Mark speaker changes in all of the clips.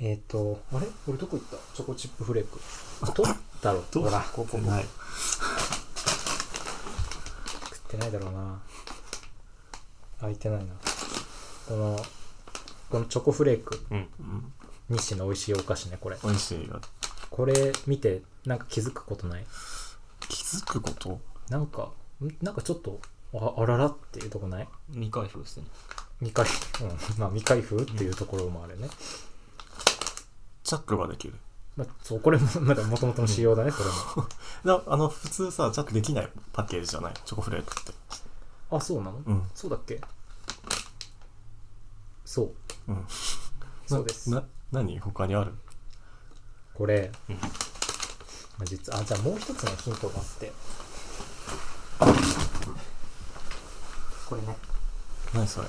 Speaker 1: えっ、と、あれ俺どこ行ったチョコチップフレーク。あ、取ったろ。
Speaker 2: どう
Speaker 1: ほら、ここ。
Speaker 2: ない
Speaker 1: 食ってないだろうな。開いてないな。この、このチョコフレーク。
Speaker 3: うん。
Speaker 2: うん
Speaker 1: 日清の美味しいお菓子ね、これ。
Speaker 2: 美味しいよ
Speaker 1: これ見て、なんか気づくことない
Speaker 2: 気づくこと
Speaker 1: なんか、んなんかちょっと、ああららっていうとこない
Speaker 3: 未開封ですね。
Speaker 1: 未開、うん、まあ未開封っていうところもあるね。
Speaker 2: チャックができる
Speaker 1: まあ、そう、これも、まだ元々の仕様だね、これも。
Speaker 2: だあの普通さチャックできないパッケージじゃないチョコフレークって
Speaker 1: あ、そうなの
Speaker 2: うん
Speaker 1: そうだっけそう。
Speaker 2: うん
Speaker 1: そうです。
Speaker 2: な何他にある
Speaker 1: これ、
Speaker 3: うん
Speaker 1: まあ実は、あ、じゃあもう一つのヒントがあって。これね。
Speaker 2: 何それ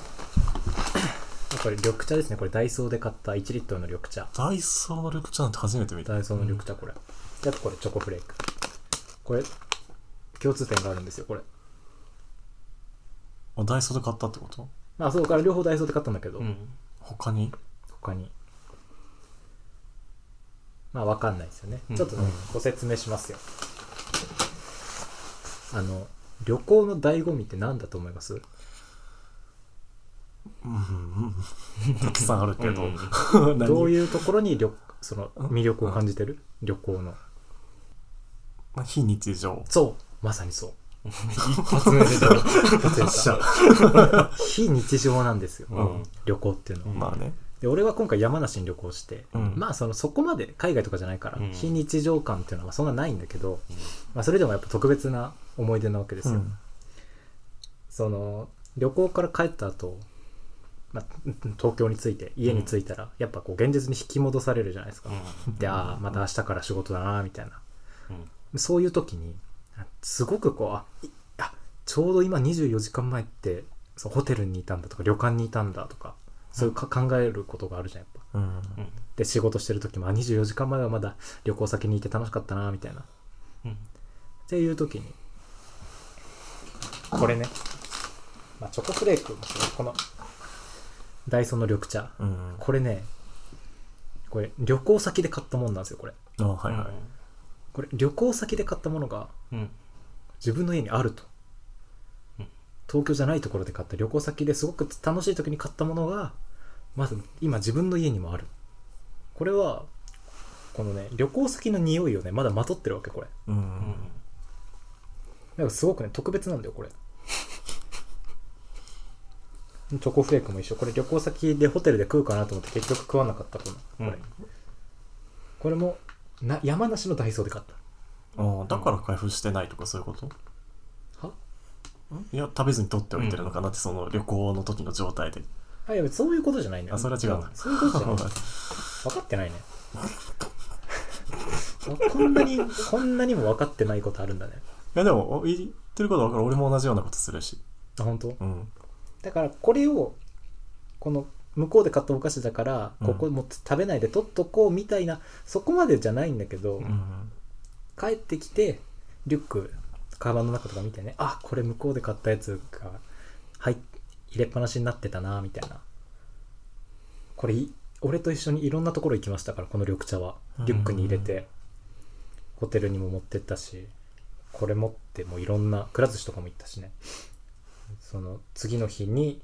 Speaker 1: これ緑茶ですね。これダイソーで買った1リットルの緑茶。
Speaker 2: ダイソーの緑茶なんて初めて見た
Speaker 1: ダイソーの緑茶これ。であとこれチョコフレーク。これ、共通点があるんですよ、これ。
Speaker 2: あダイソーで買ったってこと
Speaker 1: まあそうから両方ダイソーで買ったんだけど、
Speaker 3: うん。
Speaker 2: 他に
Speaker 1: 他に。まあわかんないですよね。
Speaker 3: うん
Speaker 1: ちょっとね、
Speaker 2: うん
Speaker 1: ご説明しますよ。あの、旅行の醍醐味って何だと思います
Speaker 2: うんうんうんたくさんあるけど、
Speaker 3: うん
Speaker 2: 何
Speaker 1: どういうところに旅その
Speaker 2: うん
Speaker 1: 魅力を感じてる旅行の。
Speaker 2: まあ非日常
Speaker 1: そうまさにそう。
Speaker 3: 一発目出た。
Speaker 1: 忘れ
Speaker 2: しゃ
Speaker 1: た 非日常なんですよ、
Speaker 2: うん
Speaker 1: 旅行っていうのは。
Speaker 2: まあね
Speaker 1: で俺は今回山梨に旅行して、
Speaker 2: うん
Speaker 1: まあそのそこまで海外とかじゃないから、
Speaker 3: うん
Speaker 1: 非日常感っていうのはそんなないんだけど、まあ、それでもやっぱ特別な思い出なわけですよ、
Speaker 2: うん
Speaker 1: その旅行から帰った後、まあ東京に着いて家に着いたら、やっぱこう現実に引き戻されるじゃないですか、でああまた明日から仕事だなみたいなそういう時にすごくこうあいあちょうど今24時間前ってそうホテルにいたんだとか旅館にいたんだとかそういうか考えることがあるじゃんやっぱ
Speaker 2: うん
Speaker 1: で仕事してる時もあ24時間前はまだ旅行先にいて楽しかったなみたいなっていう時にこれね、まあ、チョコフレークもそうこのダイソーの緑茶
Speaker 2: うん
Speaker 1: これねこれ旅行先で買ったもんなんですよこれ
Speaker 2: あはいはい、
Speaker 1: これ旅行先で買ったものが
Speaker 3: うん。
Speaker 1: 自分の家にあると
Speaker 3: うん
Speaker 1: 東京じゃないところで買った旅行先ですごく楽しい時に買ったものがまず今自分の家にもあるこれはこのね旅行先の匂いをねまだまとってるわけこれ
Speaker 2: うん
Speaker 1: なんかすごくね特別なんだよこれ チョコフレークも一緒これ旅行先でホテルで食うかなと思って結局食わなかったこのこれ、これもな山梨のダイソーで買っ
Speaker 2: ああだから開封してないとかそういうこと
Speaker 1: たはい
Speaker 2: や食べずに取っておいてるのかなって、その旅行の時の状態で
Speaker 1: あいやそういうことじゃないね
Speaker 2: あそれは違うな
Speaker 1: そういうこと じゃない分かってないね こんなにこんなにも分かってないことあるんだね
Speaker 2: いやでもお言ってることだから俺も同じようなことするし
Speaker 1: あ本当
Speaker 2: うん
Speaker 1: だからこれをこの向こうで買ったお菓子だから
Speaker 2: うん
Speaker 1: ここもう食べないで取っとこうみたいな、そこまでじゃないんだけど、
Speaker 2: うん
Speaker 1: 帰ってきてリュックカバンの中とか見てねあこれ向こうで買ったやつが入っ入れっぱなしになってたなみたいなこれい俺と一緒にいろんなところ行きましたからこの緑茶はリュックに入れてホテルにも持ってったしこれ持ってもういろんなくら寿司とかも行ったしねその次の日に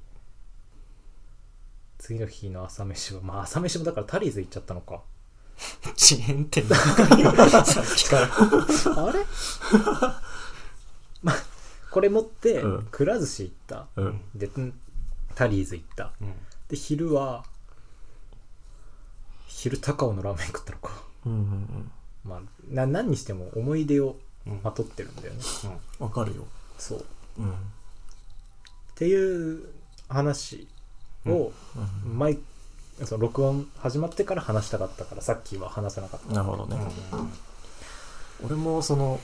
Speaker 1: 次の日の朝飯はまあ朝飯もだからタリーズ行っちゃったのか
Speaker 3: 遅延って何さっきから。
Speaker 1: あれまあこれ持って
Speaker 2: うん
Speaker 1: くら寿司行った、
Speaker 2: うん
Speaker 1: でんタリーズ行ったで昼は昼高尾のラーメン食ったのか
Speaker 2: うんうん
Speaker 1: まあな何にしても思い出をまとってるんだよね
Speaker 2: うんわかるよ
Speaker 1: そうっ
Speaker 2: うんうん
Speaker 1: ていう話を毎、その録音始まってから話したかったからさっきは話せなかった
Speaker 2: なるほどね、俺もその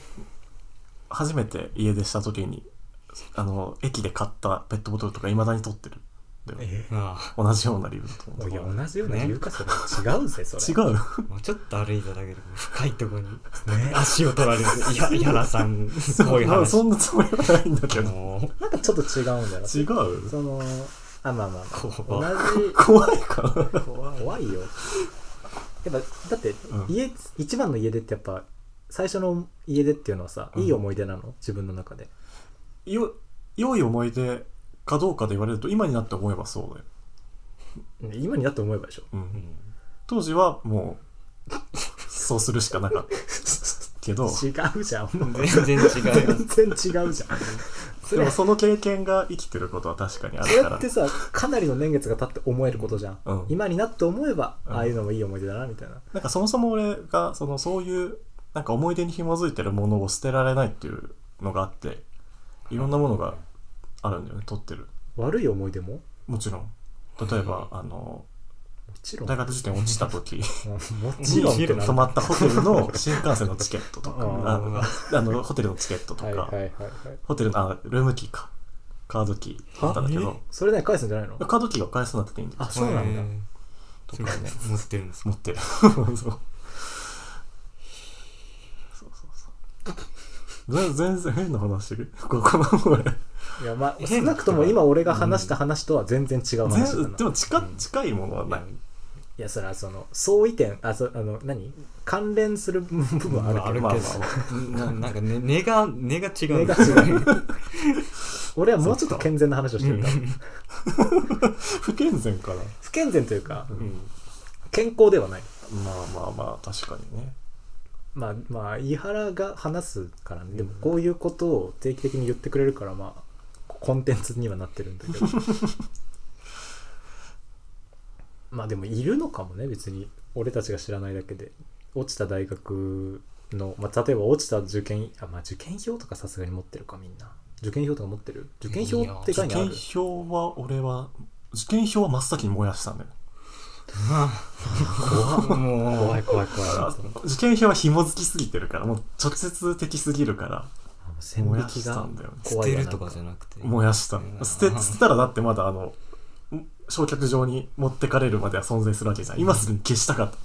Speaker 2: 初めて家出した時にあの駅で買ったペットボトルとかいまだに取ってるんだよ
Speaker 1: え
Speaker 3: あ
Speaker 2: 同じような理由だと思
Speaker 1: お
Speaker 2: う
Speaker 1: いや同じような理由かそれ、違うぜそれ
Speaker 2: 違う
Speaker 3: あ、もうちょっと歩いただけでも深いとこに足を取られる。いや、やらさん、すごい
Speaker 2: そ
Speaker 3: 話。
Speaker 2: んなつもりはないんだけど
Speaker 3: もう、
Speaker 1: なんかちょっと違うんだよ
Speaker 2: 違う
Speaker 1: そのあまあまあ、まあ、
Speaker 3: 怖
Speaker 1: 同じ
Speaker 2: 怖いかな
Speaker 3: 怖い。
Speaker 1: 怖いよやっぱだって
Speaker 2: うん
Speaker 1: 家、一番の家出ってやっぱ最初の家出っていうのはさ
Speaker 2: うん
Speaker 1: いい思い出なの、自分の中で
Speaker 2: よ良い思い出かどうかで言われると今になって思えばそうだよ、
Speaker 1: 今にだって思えばでしょ
Speaker 2: うん
Speaker 3: うん
Speaker 2: 当時はもう そうするしかなかったけど
Speaker 1: 違うじゃんもう
Speaker 3: 全然違います
Speaker 1: 全然違うじゃんそ
Speaker 2: で
Speaker 1: れ
Speaker 2: もその経験が生きてることは確かにあ
Speaker 1: そ
Speaker 2: る
Speaker 1: う
Speaker 2: か
Speaker 1: や
Speaker 2: ら
Speaker 1: ってさかなりの年月が経って思えることじゃん、
Speaker 2: うん
Speaker 1: 今になって思えば、
Speaker 2: うん
Speaker 1: ああいうのもいい思い出だなみたいな
Speaker 2: なんかそもそも俺がそのそういうなんか思い出に紐づいてるものを捨てられないっていうのがあっていろんなものがあるんだよね取ってる
Speaker 1: 悪い思い出もも
Speaker 2: もちろん例えばあの
Speaker 1: ちろん
Speaker 2: 大学受験落ちた時
Speaker 1: うんも
Speaker 2: もち
Speaker 1: ち
Speaker 2: ろ
Speaker 1: ろ
Speaker 2: ん
Speaker 1: んってな
Speaker 2: 泊まったホテルの新幹線のチケットとか
Speaker 1: うん
Speaker 2: あのあのホテルのチケットと
Speaker 1: はいはい
Speaker 2: か
Speaker 1: はいはい
Speaker 2: ホテルのあルームキーかカードキーだったんだけど
Speaker 1: それなり返すんじゃないの
Speaker 2: カードキーが返さなくていいんだよ
Speaker 1: あそうなんだ、
Speaker 3: とかね持ってるんです
Speaker 2: 持ってるそうそうそうそうぜ全然変な話してるここの俺
Speaker 1: いやまあ少なくとも今俺が話した話とは全然違う話だな、
Speaker 2: 全でも近近いものはない、
Speaker 1: いやそれはその相違点あそあの何関連する部分あるけど、
Speaker 2: まあまあ
Speaker 3: ななんかね根が根が違うん
Speaker 1: 根が
Speaker 3: だ
Speaker 1: 違う 俺はもうちょっと健全な話をしてるんだ
Speaker 2: 不健全から
Speaker 1: 不健全というか
Speaker 3: うん
Speaker 1: 健康ではない
Speaker 2: まあまあまあ確かにね
Speaker 1: まあまあ井原が話すからねでもこういうことを定期的に言ってくれるからまあコンテンツにはなってるんだけどまあでもいるのかもね別に俺たちが知らないだけで落ちた大学の、まあ、例えば落ちた受験あ、まあ、受験票とかさすがに持ってるかみんな受験票とか持ってる受験票って概
Speaker 2: 受
Speaker 1: 念あ
Speaker 2: 験
Speaker 1: る
Speaker 2: 票は俺は受験票は真っ先に燃やしたんだよ
Speaker 3: 怖 もう
Speaker 1: 怖い怖い怖い
Speaker 2: だ
Speaker 1: あ
Speaker 2: から受験票は紐づきすぎてるからもう直接的すぎるから
Speaker 1: の線
Speaker 2: 燃や
Speaker 1: 引き
Speaker 2: した
Speaker 1: が
Speaker 2: んだよね
Speaker 3: 捨
Speaker 1: 怖い
Speaker 3: て
Speaker 1: わ
Speaker 3: る
Speaker 1: なん
Speaker 3: とかじゃなくて
Speaker 2: 燃やした捨て捨てたらだってまだあのん焼却場に持ってかれるまでは存在するわけじゃん今すぐに消したかった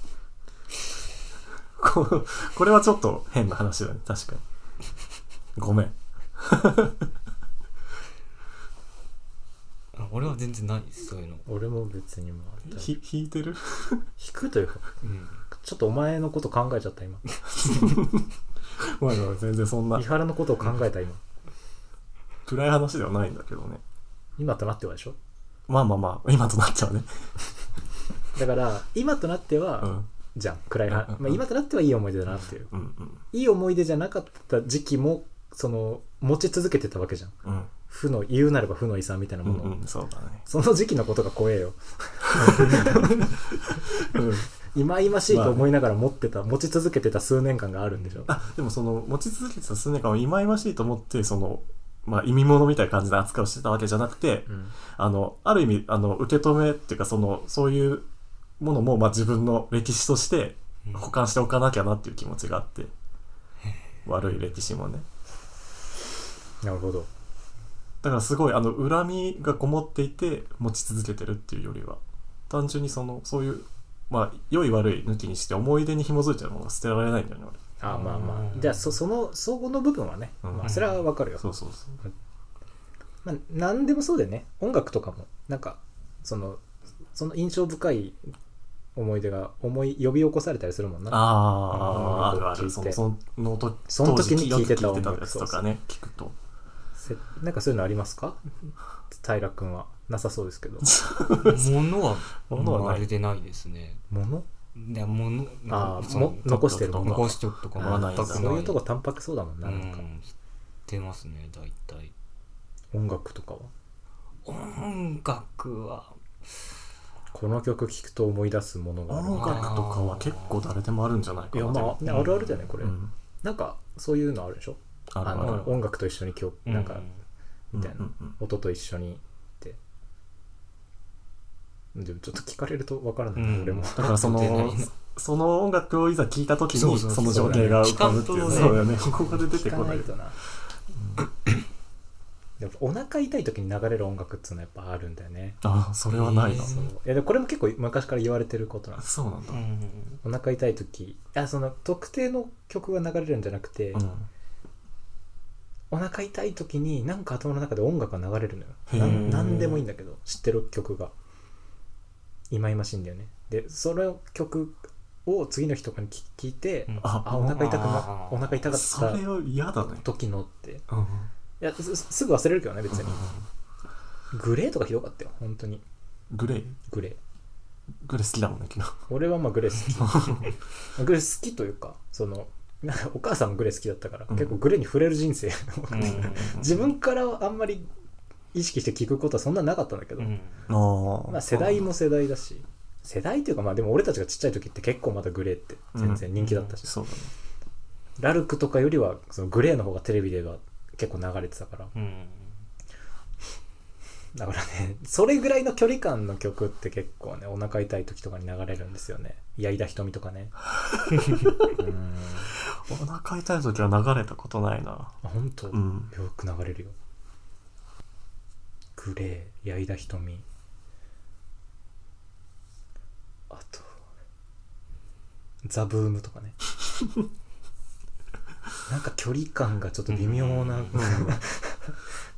Speaker 2: ここれはちょっと変な話だね確かにごめん
Speaker 3: あ俺は全然ないですそういうの
Speaker 1: 俺も別にもう引
Speaker 2: ひ引いてる
Speaker 1: くというか
Speaker 3: うん
Speaker 1: ちょっとお前のこと考えちゃった今
Speaker 2: ごめんごめん全然そんな
Speaker 1: 伊原のことを考えた今
Speaker 2: 暗い話ではないんだけどね
Speaker 1: 今となってはでしょ
Speaker 2: まあまあまあ今となっちゃうね
Speaker 1: だから今となっては、
Speaker 2: うん
Speaker 1: じゃん暗い話
Speaker 2: うんうんうん
Speaker 1: まあ、今となってはいい思い出だなっていう
Speaker 2: うんうん
Speaker 1: いい思い出じゃなかった時期もその持ち続けてたわけじゃん
Speaker 2: うん
Speaker 1: 負の言うなれば負の遺産みたいな
Speaker 2: う
Speaker 1: も
Speaker 2: ん
Speaker 1: のを、
Speaker 2: うんそうだね
Speaker 1: その時期のことが怖えよ
Speaker 2: うん
Speaker 1: 今々しいと思いながら持ってた、持ち続けてた数年間があるんでしょ、
Speaker 2: あでもその持ち続けてた数年間を忌々しいと思ってそのまあ意味物みたいな感じで扱いをしてたわけじゃなくて、
Speaker 1: うん
Speaker 2: あの、ある意味、あの、受け止めっていうか、その、そういうものも、まあ自分の歴史として
Speaker 3: うん
Speaker 2: 保管しておかなきゃなっていう気持ちがあって、悪い歴史もね。
Speaker 1: なるほど
Speaker 2: だからすごい、あの、恨みがこもっていて、持ち続けてるっていうよりは、単純にその、そういう、まあ、良い悪い抜きにして、思い出に紐づいてるものが捨てられないんだよね、
Speaker 1: ああまあま
Speaker 3: う
Speaker 1: あ
Speaker 3: ん
Speaker 1: じゃあそそのそこの部分はね、
Speaker 2: うん
Speaker 1: まあ、それはわかるよ
Speaker 2: 俺。そうそうそう。
Speaker 1: まあ、何でもそうだよね音楽とかもなんかそのその印象深い思い出が思い呼び起こされたりするもんな
Speaker 2: ああ、あるあ
Speaker 1: 聞い
Speaker 2: る。
Speaker 1: て
Speaker 2: その、その時
Speaker 1: その時に
Speaker 2: 当時
Speaker 1: 聞いてた
Speaker 2: よく
Speaker 1: 音
Speaker 2: 聞
Speaker 1: 楽
Speaker 2: いてたやつとかね、聞くと。
Speaker 1: せなんかそういうのありますか平君はなさそう ですけど
Speaker 3: 物は
Speaker 2: 物はない
Speaker 3: まるでないですね
Speaker 1: 物
Speaker 3: で物
Speaker 1: ああ
Speaker 3: その
Speaker 1: も残してるもの
Speaker 3: 残しておくとか
Speaker 2: 物はないん
Speaker 3: 全
Speaker 2: だ
Speaker 3: く
Speaker 1: そういうとこ
Speaker 3: こ
Speaker 1: 淡白そうだもん
Speaker 3: う
Speaker 1: な,、なんか
Speaker 3: ん捨てますね大体
Speaker 1: 音楽とかは
Speaker 3: 音楽は
Speaker 1: この曲聴くと思い出すものがある
Speaker 2: 音楽とかは結構誰でもあるんじゃないか
Speaker 1: い
Speaker 2: な。
Speaker 1: やまあ、
Speaker 2: で
Speaker 1: ね、
Speaker 2: も
Speaker 1: あるあるだよねこれ、
Speaker 2: うん
Speaker 1: なんかそういうのあるでしょ
Speaker 2: ある
Speaker 1: あ
Speaker 2: あ
Speaker 1: の
Speaker 2: る
Speaker 1: 音楽と一緒に曲なんか、みたいな、
Speaker 2: うんうん
Speaker 1: 音と一緒にってでもちょっと聞かれるとわからない、
Speaker 3: うん
Speaker 1: 俺も
Speaker 2: だからそ
Speaker 3: 全然
Speaker 2: の
Speaker 3: ない
Speaker 2: その音楽をいざ聴いた時
Speaker 3: そ
Speaker 2: に
Speaker 3: うそう
Speaker 2: そ
Speaker 3: そう
Speaker 2: の情景が浮かぶっていう
Speaker 3: 聞かんとね
Speaker 2: そうだよねここから出
Speaker 1: 聞
Speaker 2: て
Speaker 1: か
Speaker 2: こな
Speaker 1: ないいとなやっぱお腹痛い時に流れる音楽っつうのはやっぱあるんだよね
Speaker 2: ああそれはないな
Speaker 3: え
Speaker 1: そういやでもこれも結構昔から言われてることなんです
Speaker 2: そうなんだ
Speaker 3: うん
Speaker 1: お腹痛い時あその特定の曲が流れるんじゃなくて、
Speaker 2: うん
Speaker 1: お腹痛い時になんか頭の中で音楽が流れるの
Speaker 2: へ
Speaker 1: よな
Speaker 2: ー
Speaker 1: んなんでもいいんだけど知ってる曲がいまいましいんだよねでその曲を次の日とかに聞聞いて、
Speaker 3: うん
Speaker 2: あ
Speaker 1: あお腹痛くな
Speaker 3: あー
Speaker 1: お腹痛かっ
Speaker 2: それ
Speaker 1: た
Speaker 2: は嫌だね。
Speaker 1: 時のってい
Speaker 2: うんうん。
Speaker 1: やすすぐ忘れるけどね別に、グレーとかひどかったよ本当に
Speaker 2: グレー
Speaker 1: グレー
Speaker 2: グレー好きだもんね、昨日。
Speaker 1: 俺はまあグレー好きグレー好きというかそのなんかお母さんもグレー好きだったから、
Speaker 2: うん
Speaker 1: 結構グレーに触れる人生
Speaker 3: うん
Speaker 1: 自分からあんまり意識して聞くことはそんななかったんだけど、
Speaker 3: うん
Speaker 2: ああ。
Speaker 1: まあ世代も世代だし世代というかまあでも俺たちがちっちゃい時って結構まだグレーって全然人気だったし、
Speaker 2: そうだね。
Speaker 1: ラルクとかよりはそのグレーの方がテレビでは結構流れてたから
Speaker 3: うん
Speaker 1: だからねそれぐらいの距離感の曲って結構ねお腹痛い時とかに流れるんですよね矢井田瞳とか ねうん
Speaker 2: お腹痛い時は流れたことないな。
Speaker 1: あ本当、
Speaker 2: うん。
Speaker 1: よく流れるよグレー矢井田瞳あとザ・ブームとか ねなんか距離感がちょっと微妙な、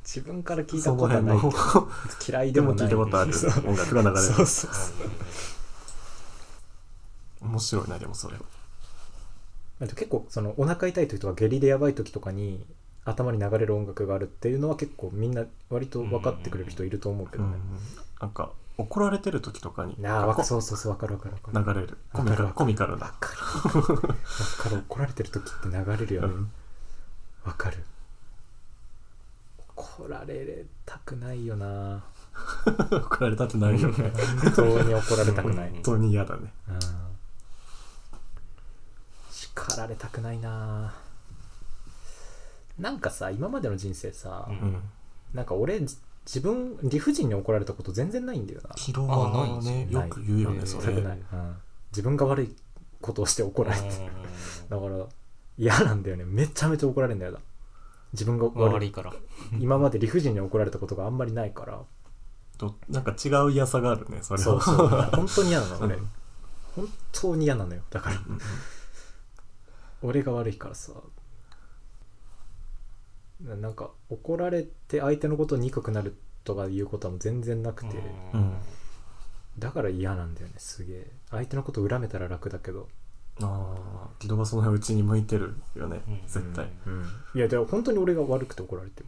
Speaker 1: 自分から聞いた
Speaker 2: そ
Speaker 1: こ
Speaker 2: の
Speaker 1: とは
Speaker 2: 辺
Speaker 1: ない
Speaker 2: の
Speaker 1: けど。嫌い
Speaker 2: で
Speaker 1: でも
Speaker 2: も
Speaker 1: な
Speaker 2: 聞
Speaker 1: い
Speaker 2: いたことあ る
Speaker 1: そう
Speaker 2: 音楽が流れる。
Speaker 1: そうそうそう
Speaker 2: 面白いな、でもそれは。
Speaker 1: あと結構そのお腹痛い時とか下痢でやばい時とかに頭に流れる音楽があるっていうのは結構みんな割と分かってくれる人いると思うけ
Speaker 2: う
Speaker 1: どね、
Speaker 2: ん。なんか、怒られてる時とかに、
Speaker 1: なあわか
Speaker 2: こ
Speaker 1: そうそうそう分かる分かる分かる
Speaker 2: 流れる。コミカル、コミカルな。
Speaker 1: 分かる分かる怒られてる時って流れるよ
Speaker 2: う
Speaker 1: ね
Speaker 2: ん。
Speaker 1: 分かる怒られたくないよ な
Speaker 2: 怒られたってないよね。
Speaker 1: 本当に怒られたくない、う
Speaker 3: うんん、
Speaker 2: 本当に嫌だね。
Speaker 1: 叱られたくないななんかさ今までの人生さ、
Speaker 3: うん
Speaker 2: うん。
Speaker 1: なんか俺じ自分理不尽に怒られたこと全然ないんだよな
Speaker 2: 疲労は
Speaker 3: あな
Speaker 2: ね
Speaker 3: いん、です
Speaker 2: よ
Speaker 3: よ
Speaker 2: く言うよね、
Speaker 3: ない
Speaker 2: そ
Speaker 1: 全
Speaker 2: れ。
Speaker 1: くない、うん自分が悪いことをして怒られて、
Speaker 3: う
Speaker 1: だから嫌なんだよねめちゃめちゃ怒られるんだよな自分が
Speaker 3: ん
Speaker 1: 悪
Speaker 3: 悪
Speaker 1: い
Speaker 3: いから
Speaker 1: 今まで理不尽に怒られたことがあんまりないから
Speaker 2: どなんか違う嫌さがあるね、それは。
Speaker 1: そうそう本当に嫌なの俺、
Speaker 2: うん
Speaker 1: 本当に嫌なのよだから
Speaker 2: うんうん
Speaker 1: 俺が悪いからさななんか怒られて相手のことを憎くなるとかいうことはもう全然なくて、
Speaker 2: うん
Speaker 1: だから嫌なんだよねすげえ相手のことを恨めたら楽だけど
Speaker 2: ああ、軌道がその辺うちに向いてるよね、
Speaker 3: うん
Speaker 2: 絶対。
Speaker 1: うんいやでも本当に俺が悪くて怒られてる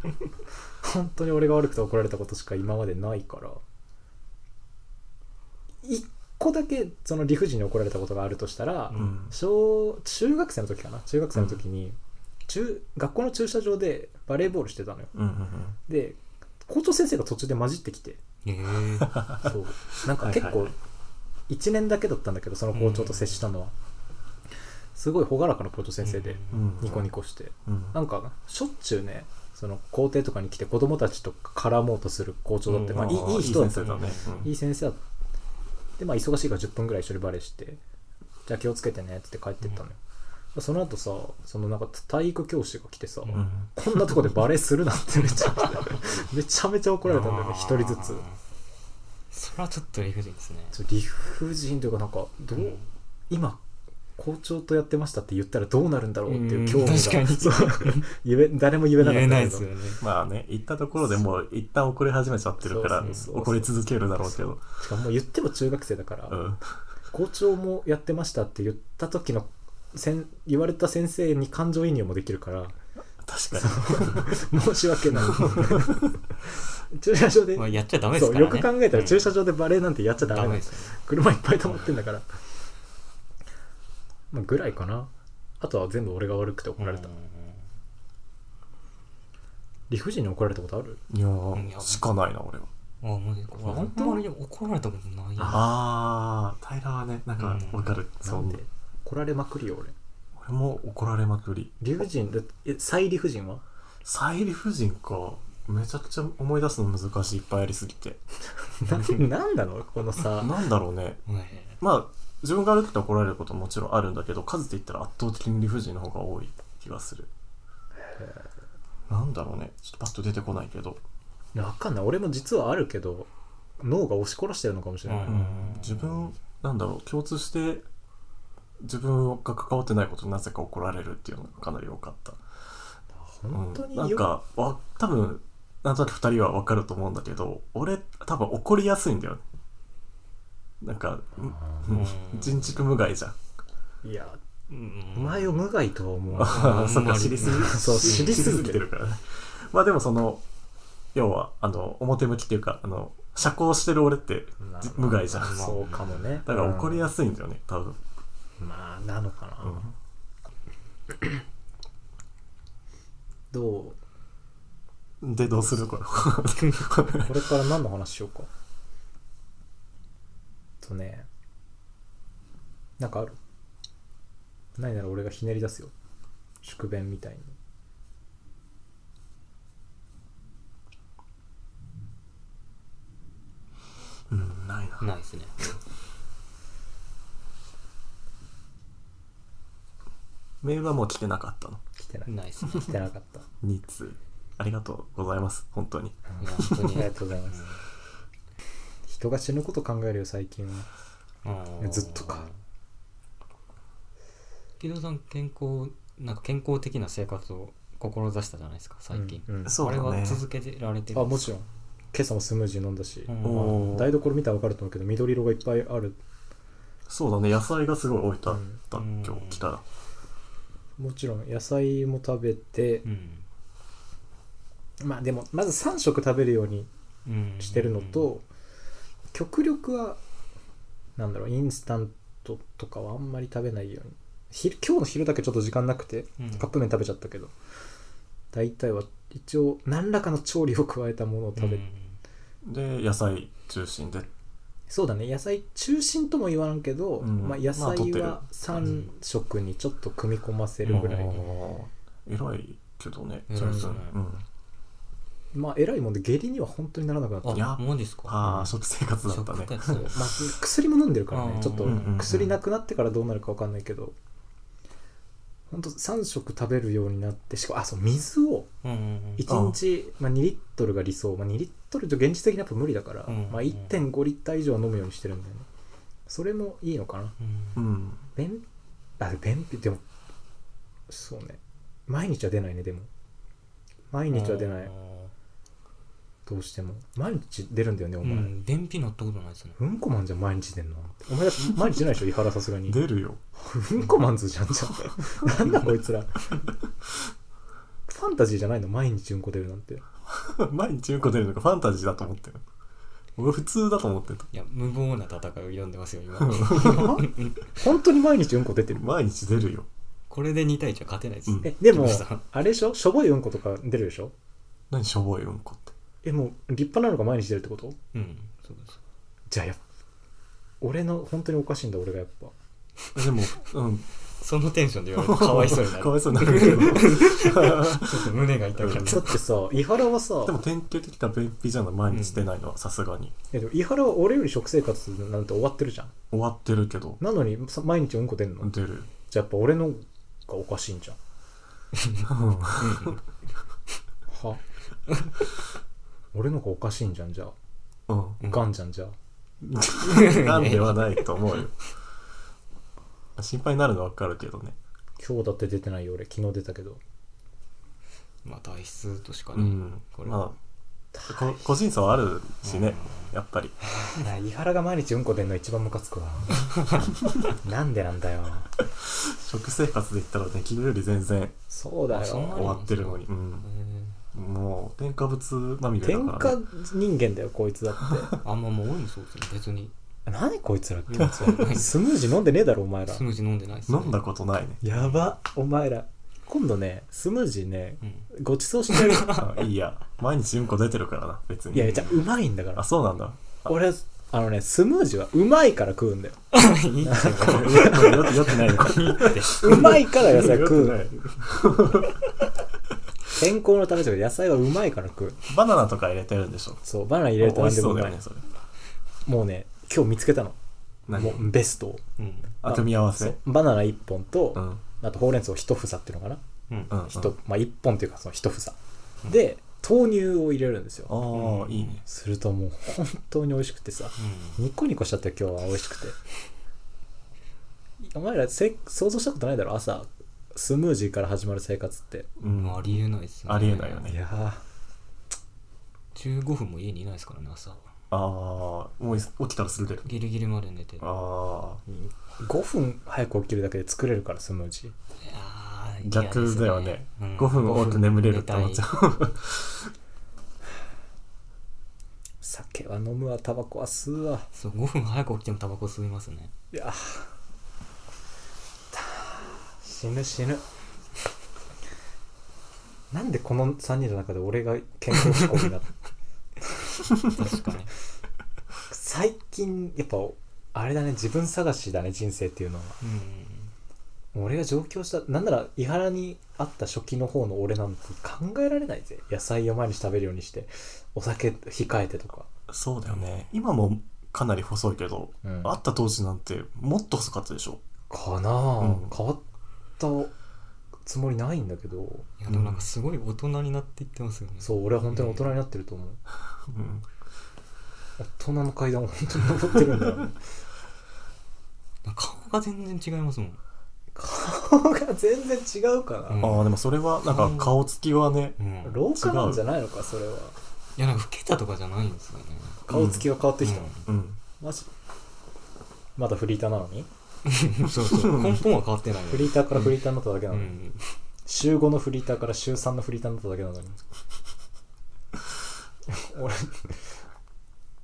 Speaker 1: 本当に俺が悪くて怒られたことしか今までないから一個だけその理不尽に怒られたことがあるとしたら、
Speaker 3: う
Speaker 2: うん。
Speaker 1: 小中学生の時かな中学生の時に、中学校の駐車場でバレーボールしてたのよ
Speaker 2: うんうんうん。
Speaker 1: で校長先生が途中で混じってきて
Speaker 3: ええ
Speaker 1: そうなんか結
Speaker 2: はい
Speaker 1: 構
Speaker 2: はい
Speaker 1: 1年だけだったんだけどその校長と接したのは、すごい朗らかな校長先生で、
Speaker 2: うん
Speaker 1: ニコニコして
Speaker 2: うん
Speaker 1: なんかしょっちゅうねその校庭とかに来て子供たちと絡もうとする校長だって、
Speaker 3: うん
Speaker 1: まあ、い
Speaker 2: あー
Speaker 1: いいい人だった
Speaker 2: 先生だね。うん
Speaker 1: いい先生だったでまあ忙しいから10分ぐらい一緒にバレーしてじゃあ気をつけてねって帰ってったのよ、その後さそのなんか体育教師が来てさ、
Speaker 3: うん
Speaker 2: うん
Speaker 1: こんなとこでバレーするなんてめちゃめちゃめちゃ怒られたんだよね一人ずつ
Speaker 3: それはちょっと理不尽ですね
Speaker 1: ちょ理不尽というかなんかどう、
Speaker 3: うん
Speaker 1: 今校長とやってましたって言ったらどうなるんだろうっていう興味が、
Speaker 3: うん確かに
Speaker 1: そう言え誰も言えなかった
Speaker 3: 言え
Speaker 1: んだ
Speaker 3: ない
Speaker 1: けど
Speaker 3: ですよね
Speaker 2: まあね、行ったところでもう一旦怒り始めちゃってるから
Speaker 3: そうそう
Speaker 1: そう
Speaker 2: 怒り続けるだろうけど。
Speaker 1: しかももう言っても中学生だから、
Speaker 2: うん。
Speaker 1: 校長もやってましたって言った時のせん言われた先生に感情移入もできるから
Speaker 2: 確か
Speaker 1: 申し訳ない 駐車場で、
Speaker 3: まあやっちゃダメ
Speaker 1: そ
Speaker 3: です
Speaker 1: う
Speaker 3: から
Speaker 1: よ
Speaker 3: ね
Speaker 1: く考えたら駐車場でバレーなんてやっちゃダメ
Speaker 3: ダ
Speaker 1: なの
Speaker 3: メですよね
Speaker 1: 車いっぱい止まってんだから、まあ、ぐらいかなあとは全部俺が悪くて怒られた、理不尽に怒られたことある
Speaker 2: に。いや
Speaker 3: い
Speaker 2: ー、
Speaker 3: や
Speaker 2: しかないな、俺は。
Speaker 3: あもう俺あんまり怒られたことない
Speaker 2: ああ、平はね、なんか
Speaker 3: うん
Speaker 2: わかる。そ
Speaker 1: な
Speaker 2: うん
Speaker 1: で怒られまくりよ俺
Speaker 2: 俺も怒られまくり。
Speaker 1: 理不尽だえ再理不尽は
Speaker 2: 再理不尽か。めちゃくちゃ思い出すの難しい、いっぱいありすぎて。
Speaker 1: な なんなのこのさ
Speaker 2: なんだろうね。
Speaker 3: うん
Speaker 2: まあ、自分が悪くて怒られることももちろんあるんだけど、数で言ったら圧倒的に理不尽の方が多い気がする。なんだろうね。ちょっとパッと出てこないけど。
Speaker 1: わかんない俺も実はあるけど脳が押し殺してるのかもしれない、
Speaker 3: うん
Speaker 2: 自分、なんだろう、共通して、自分が関わってないことになぜか怒られるっていうのがかなり多かった。
Speaker 1: 本当
Speaker 2: うん
Speaker 1: に
Speaker 2: なん
Speaker 1: よ
Speaker 2: かわ多分なんとなく2人は分かると思うんだけど俺多分怒りやすいんだよなんか、うんうん人畜無害じゃん。
Speaker 1: いや
Speaker 3: うん
Speaker 1: お前を無害とは思う
Speaker 2: ああ、 そっ
Speaker 3: あんま
Speaker 2: か、
Speaker 3: り
Speaker 2: 知りすぎ、
Speaker 1: そう知りすぎて
Speaker 2: てるからね。まあでもその、要は、あの、表向きっていうか、あの、社交してる俺って
Speaker 1: まあ
Speaker 2: じ無害じゃん。だ
Speaker 1: そうかもね
Speaker 2: から怒りや
Speaker 1: す
Speaker 2: すいんだよね、多分。
Speaker 1: まあなのかな、
Speaker 2: うん
Speaker 1: ど
Speaker 2: で、どうするこれ。
Speaker 1: うこれから何の話しようかとねなんかあるないなら俺がひねり出すよ宿便みたいに
Speaker 2: うん、ないな。
Speaker 3: ないですね
Speaker 2: メールはもう来てなかったの。
Speaker 1: 来てない
Speaker 3: ないですね
Speaker 1: 来てなか った
Speaker 2: 2通。ありがとうございます、本当に。
Speaker 3: いや本当
Speaker 1: あり
Speaker 3: に
Speaker 1: がとうございます人が死ぬこと考えるよ最近は
Speaker 3: うん
Speaker 1: ずっとか
Speaker 3: 木戸さん健康なんか健康的な生活を志したじゃないですか最近、
Speaker 1: うんうん
Speaker 2: そうだね
Speaker 3: あれは続けてられて
Speaker 1: あも
Speaker 3: ろ
Speaker 1: ちろん今朝もスムージー飲んだし、
Speaker 3: ん
Speaker 2: お
Speaker 1: 台
Speaker 2: ー
Speaker 1: 所見たら分かると思うけど緑色がいっぱいある、
Speaker 2: そうだね、野菜がすごい置いてあった、
Speaker 3: うん
Speaker 2: 今日来たら。
Speaker 1: もちろん野菜も食べて
Speaker 3: う、ん
Speaker 1: まあでもまず3食食べるように
Speaker 3: うん
Speaker 1: してるのと、極力はなんだろうインスタントとかはあんまり食べないように昼今日の昼だけちょっと時間なくて
Speaker 3: うん
Speaker 1: カップ麺食べちゃったけど大体は一応何らかの調理を加えたものを食べ、
Speaker 3: うん
Speaker 2: で、野菜中心で。
Speaker 1: そうだね野菜中心とも言わんけど、
Speaker 2: うん
Speaker 1: まあ、野
Speaker 2: まあ取
Speaker 1: 菜
Speaker 2: ってる
Speaker 1: は3食にちょっと組み込ませるぐらい、
Speaker 3: うん
Speaker 2: おー偉いけどね、
Speaker 3: 偉い
Speaker 2: 上手
Speaker 3: ね
Speaker 2: うん。
Speaker 1: まあ偉いもんで下痢には本当にならなくなった
Speaker 3: あ
Speaker 2: いや
Speaker 3: マジですか
Speaker 2: ああ、食生活だったね
Speaker 3: 食。活
Speaker 1: そうまあ、薬も飲んでるから
Speaker 3: う
Speaker 1: ね
Speaker 3: ん
Speaker 1: ちょっと
Speaker 2: うんうんうん
Speaker 1: 薬なくなってからどうなるか分かんないけどほんと3食食べるようになってしかもあそう水を
Speaker 3: うんうん
Speaker 1: 1日まあ、2リットルが理想、まあ、2リットルじゃ現実的にやっぱ無理だから、
Speaker 3: うん
Speaker 1: まあ、1.5リッター以上は飲むようにしてるんだよねそれもいいのかな
Speaker 3: うん
Speaker 2: うん。
Speaker 1: 便あ便秘でもそうね毎日は出ないねでも毎日は出ないどうしても毎日出るんだよねお
Speaker 3: う
Speaker 1: 前、うん、
Speaker 3: ん便秘なったことないですね
Speaker 1: こまんじゃん毎日出んのお前だって毎日出ないでしょ伊原さすがに
Speaker 2: 出るよ。
Speaker 1: うんこマンズじゃんじゃんなんだこいつらファンタジーじゃないの毎日うんこ出るなんて
Speaker 2: 毎日うんこ出るのがファンタジーだと思ってる。俺普通だと思ってた。
Speaker 3: いや無謀な戦いを挑んでますよ 今
Speaker 1: 本当に毎日うんこ出てる
Speaker 2: 毎日出るよ。
Speaker 3: これで2対1は勝てないです、
Speaker 2: うん
Speaker 1: えでも
Speaker 3: 木下さん
Speaker 1: あれでしょしょぼいうんことか出るでしょ
Speaker 2: 何しょぼいうんこって。
Speaker 1: えもう立派なのが毎日出るってこと
Speaker 3: うんそうです
Speaker 1: じゃあやっぱ俺の本当におかしいんだ俺がやっぱ
Speaker 2: でも、 うん。
Speaker 3: そのテンションで言われるとかわいそうになる
Speaker 2: かわいそうになる けど。
Speaker 3: ちょっと胸が痛くなっち
Speaker 1: だ
Speaker 3: ゃ
Speaker 1: って さ伊原はさ
Speaker 2: でも典型的な便秘じゃない、毎日出ないのはさすがに。
Speaker 1: えでも伊原は俺より食生活なんて終わってるじゃん
Speaker 2: 終わってるけど、
Speaker 1: なのにさ毎日うんこ出んの
Speaker 2: 出 る。
Speaker 1: じゃあやっぱ俺のがおかしいんじゃん は俺のがおかしいんじゃんじゃあ
Speaker 2: うん。
Speaker 3: うん
Speaker 1: ガンじゃんじゃあ
Speaker 2: なんではないと思うよ。心配になるのはわかるけどね。
Speaker 1: 今日だって出てないよ俺昨日出たけど
Speaker 3: うまあ体質としか
Speaker 2: う
Speaker 3: ね、
Speaker 2: ん。
Speaker 3: これは
Speaker 2: まあ、こ個人差はあるしね、やっぱり。
Speaker 1: 伊原が毎日うんこ出んの一番ムカつく わなんでなんだよ
Speaker 2: 食生活で言ったらね、昨日より全然
Speaker 1: そうだ
Speaker 3: あそんな
Speaker 1: よ
Speaker 2: 終わってるのに。うん。もう、添加物まみれだ
Speaker 1: 天
Speaker 2: から、
Speaker 1: 下
Speaker 2: ね。
Speaker 1: 人間だよこいつだっ
Speaker 3: えーあんまもう俺もそうですね 別に
Speaker 1: て 何こいつらって
Speaker 3: 荷物はないです
Speaker 1: スムージー飲んでねえだろお前ら
Speaker 3: スムージー飲んでないです、ね、
Speaker 2: 飲んだことないね。
Speaker 1: やばお前ら今度ねスムージーね
Speaker 3: うん
Speaker 1: ごちそうして あげる
Speaker 2: あいいや。毎日うんこ出てるからな、別に。
Speaker 1: いやいやじゃあうまいんだから
Speaker 2: あ、そうなんだ。
Speaker 1: 俺あのねスムージーはうまいから食うんだよ
Speaker 3: いいって
Speaker 2: よく、よくないよ。
Speaker 3: いいって
Speaker 1: うまいから野菜食
Speaker 2: よく
Speaker 1: う
Speaker 2: ない。
Speaker 1: 健康のためじゃなくて野菜はうまいから食う
Speaker 2: バナナとか入れてるんでしょ。
Speaker 1: そうバナナ入
Speaker 2: 美
Speaker 1: れると何
Speaker 2: 味し
Speaker 1: でも
Speaker 2: そううだ
Speaker 1: まい、
Speaker 2: よね、それ。
Speaker 1: もうね今日見つけたの
Speaker 2: 何
Speaker 1: もうベストを
Speaker 3: うん
Speaker 2: あ、組み合わせ。
Speaker 1: バナナ1本と、
Speaker 2: うん。
Speaker 1: あとほうれん草1房っていうのかな、
Speaker 3: うん
Speaker 2: うん。
Speaker 1: 一まあ、1本っていうかその1房、で豆乳を入れるんですよ
Speaker 2: うん。ああ、いいね。
Speaker 1: するともう本当に美味しくてさニコニコしちゃったよ今日は美味しくてお前らせ想像したことないだろ朝スムージーから始まる生活って
Speaker 2: う
Speaker 3: うんん、ありえないですね
Speaker 2: ありえないよね
Speaker 1: いや
Speaker 3: 15分も家にいないですからね朝
Speaker 2: ああ、もう起きたらすぐ出る。
Speaker 3: ギリギリまで寝てる
Speaker 2: ああ、
Speaker 1: 5分早く起きるだけで作れるからスムージー
Speaker 3: あー嫌です
Speaker 2: 逆だよね。
Speaker 3: うん
Speaker 2: 5分多く眠れるって
Speaker 3: 5分
Speaker 2: 思っ
Speaker 3: 寝
Speaker 2: ち
Speaker 3: た
Speaker 2: ゃ。
Speaker 3: いう
Speaker 1: 酒は飲むわタバコは吸うわ
Speaker 3: そう5分早く起きてもタバコ吸いますね
Speaker 1: いや死ぬ死ぬなんでこの3人の中で俺が健康志向 になった
Speaker 3: 確かに
Speaker 1: 最近やっぱあれだね自分探しだね人生っていうのは
Speaker 3: うん
Speaker 1: 俺が上京したなんなら伊原にあった初期の方の俺なんて考えられないぜ野菜を毎日食べるようにしてお酒控えてとか、
Speaker 2: そうだよね。今もかなり細いけど、
Speaker 1: うん
Speaker 2: 会った当時なんてもっと細かったでしょ。
Speaker 1: かなあ、
Speaker 2: うん
Speaker 1: 変わったつもりないんだけど
Speaker 3: いやでもなんかすごい大人になっていってますよね
Speaker 1: そう俺は本当に大人になってると思う
Speaker 2: うん。
Speaker 1: 大人の階段を本当に登ってるんだよね
Speaker 3: なんか顔が全然違いますもん
Speaker 1: 顔が全然違うか
Speaker 3: うん
Speaker 1: な、
Speaker 2: ああ、でもそれはなんか顔つきはね、
Speaker 3: うん
Speaker 1: 廊下なんじゃないのかそれはい
Speaker 3: やなんか老けたとかじゃないんですよね
Speaker 1: 顔つきが変わってきたの、
Speaker 2: うん。
Speaker 1: マジまだフリーターなのに
Speaker 3: うんそ うそう根本は変わってない
Speaker 1: フリーターからフリーターになっただけな
Speaker 3: う
Speaker 1: のに、
Speaker 3: ん
Speaker 1: 週5のフリーターから週3のフリーターになっただけなのに俺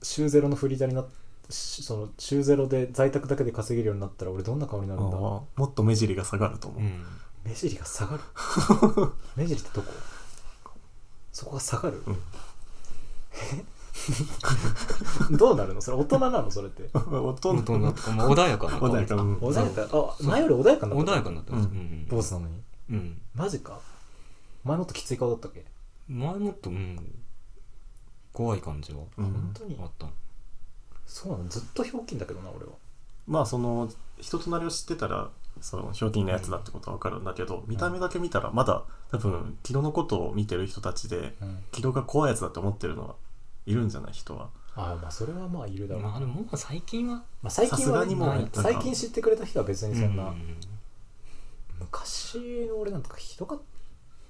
Speaker 1: 週0のフリーターになっしその週0で在宅だけで稼げるようになったら俺どんな顔にな
Speaker 2: あ
Speaker 1: るんだ
Speaker 2: ーもっと目尻が下がると思
Speaker 3: う
Speaker 2: う。
Speaker 3: ん
Speaker 1: 目尻が下がる目尻ってどこそこが下がる、え どうなるのそれ大人なのそれって
Speaker 2: 大人
Speaker 3: 大人とかまあ穏やかな顔
Speaker 2: 穏やかうん
Speaker 1: 穏やかあ前より穏やかになった
Speaker 3: 穏やかになってます
Speaker 2: うん
Speaker 3: うん
Speaker 1: 坊主なのに
Speaker 3: うん
Speaker 1: マジか前もっときつい顔だったっけ、
Speaker 3: 前もっとうん怖い感じは
Speaker 2: うん
Speaker 1: 本当に
Speaker 3: あった
Speaker 1: そうなのずっとひょうきんだけどな俺は
Speaker 2: まあその人となりを知ってたらそのひょうきんなやつだってことは分かるんだけど、見た目だけ見たらまだ多分木戸のことを見てる人たちで
Speaker 1: うん
Speaker 2: 木戸が怖いやつだと思ってるのはいるんじゃない人は
Speaker 1: ああまあそれはまあいるだろうな、
Speaker 3: まあでももう最近は
Speaker 1: まあ、最近
Speaker 2: さすが
Speaker 1: は、ね
Speaker 2: にも
Speaker 3: う
Speaker 1: ない最近知ってくれた人は別にそんな、
Speaker 3: うん
Speaker 1: 昔の俺なんとかひどかっ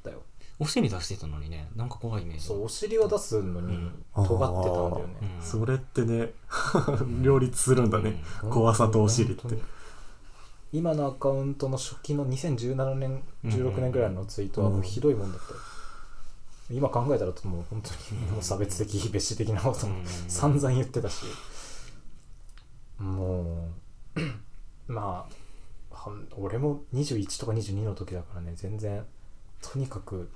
Speaker 1: たよ
Speaker 3: お尻出してたのにねなんか怖いイメージ
Speaker 1: そうお尻は出すの
Speaker 3: う
Speaker 1: に
Speaker 3: ん
Speaker 1: 尖ってたんだよ
Speaker 3: う
Speaker 1: ね、
Speaker 3: ん
Speaker 2: それってね 両立するんだね、 怖さとお尻って
Speaker 1: 本当に今のアカウントの初期の2017年16年ぐらいのツイートはもうひどいもんだったよ、今考えたらもう本当にもう差別的蔑視的なこと
Speaker 3: う
Speaker 1: も
Speaker 3: ん
Speaker 1: 散々言ってたしもう まあはん俺も21とか22の時だからね全然とにかく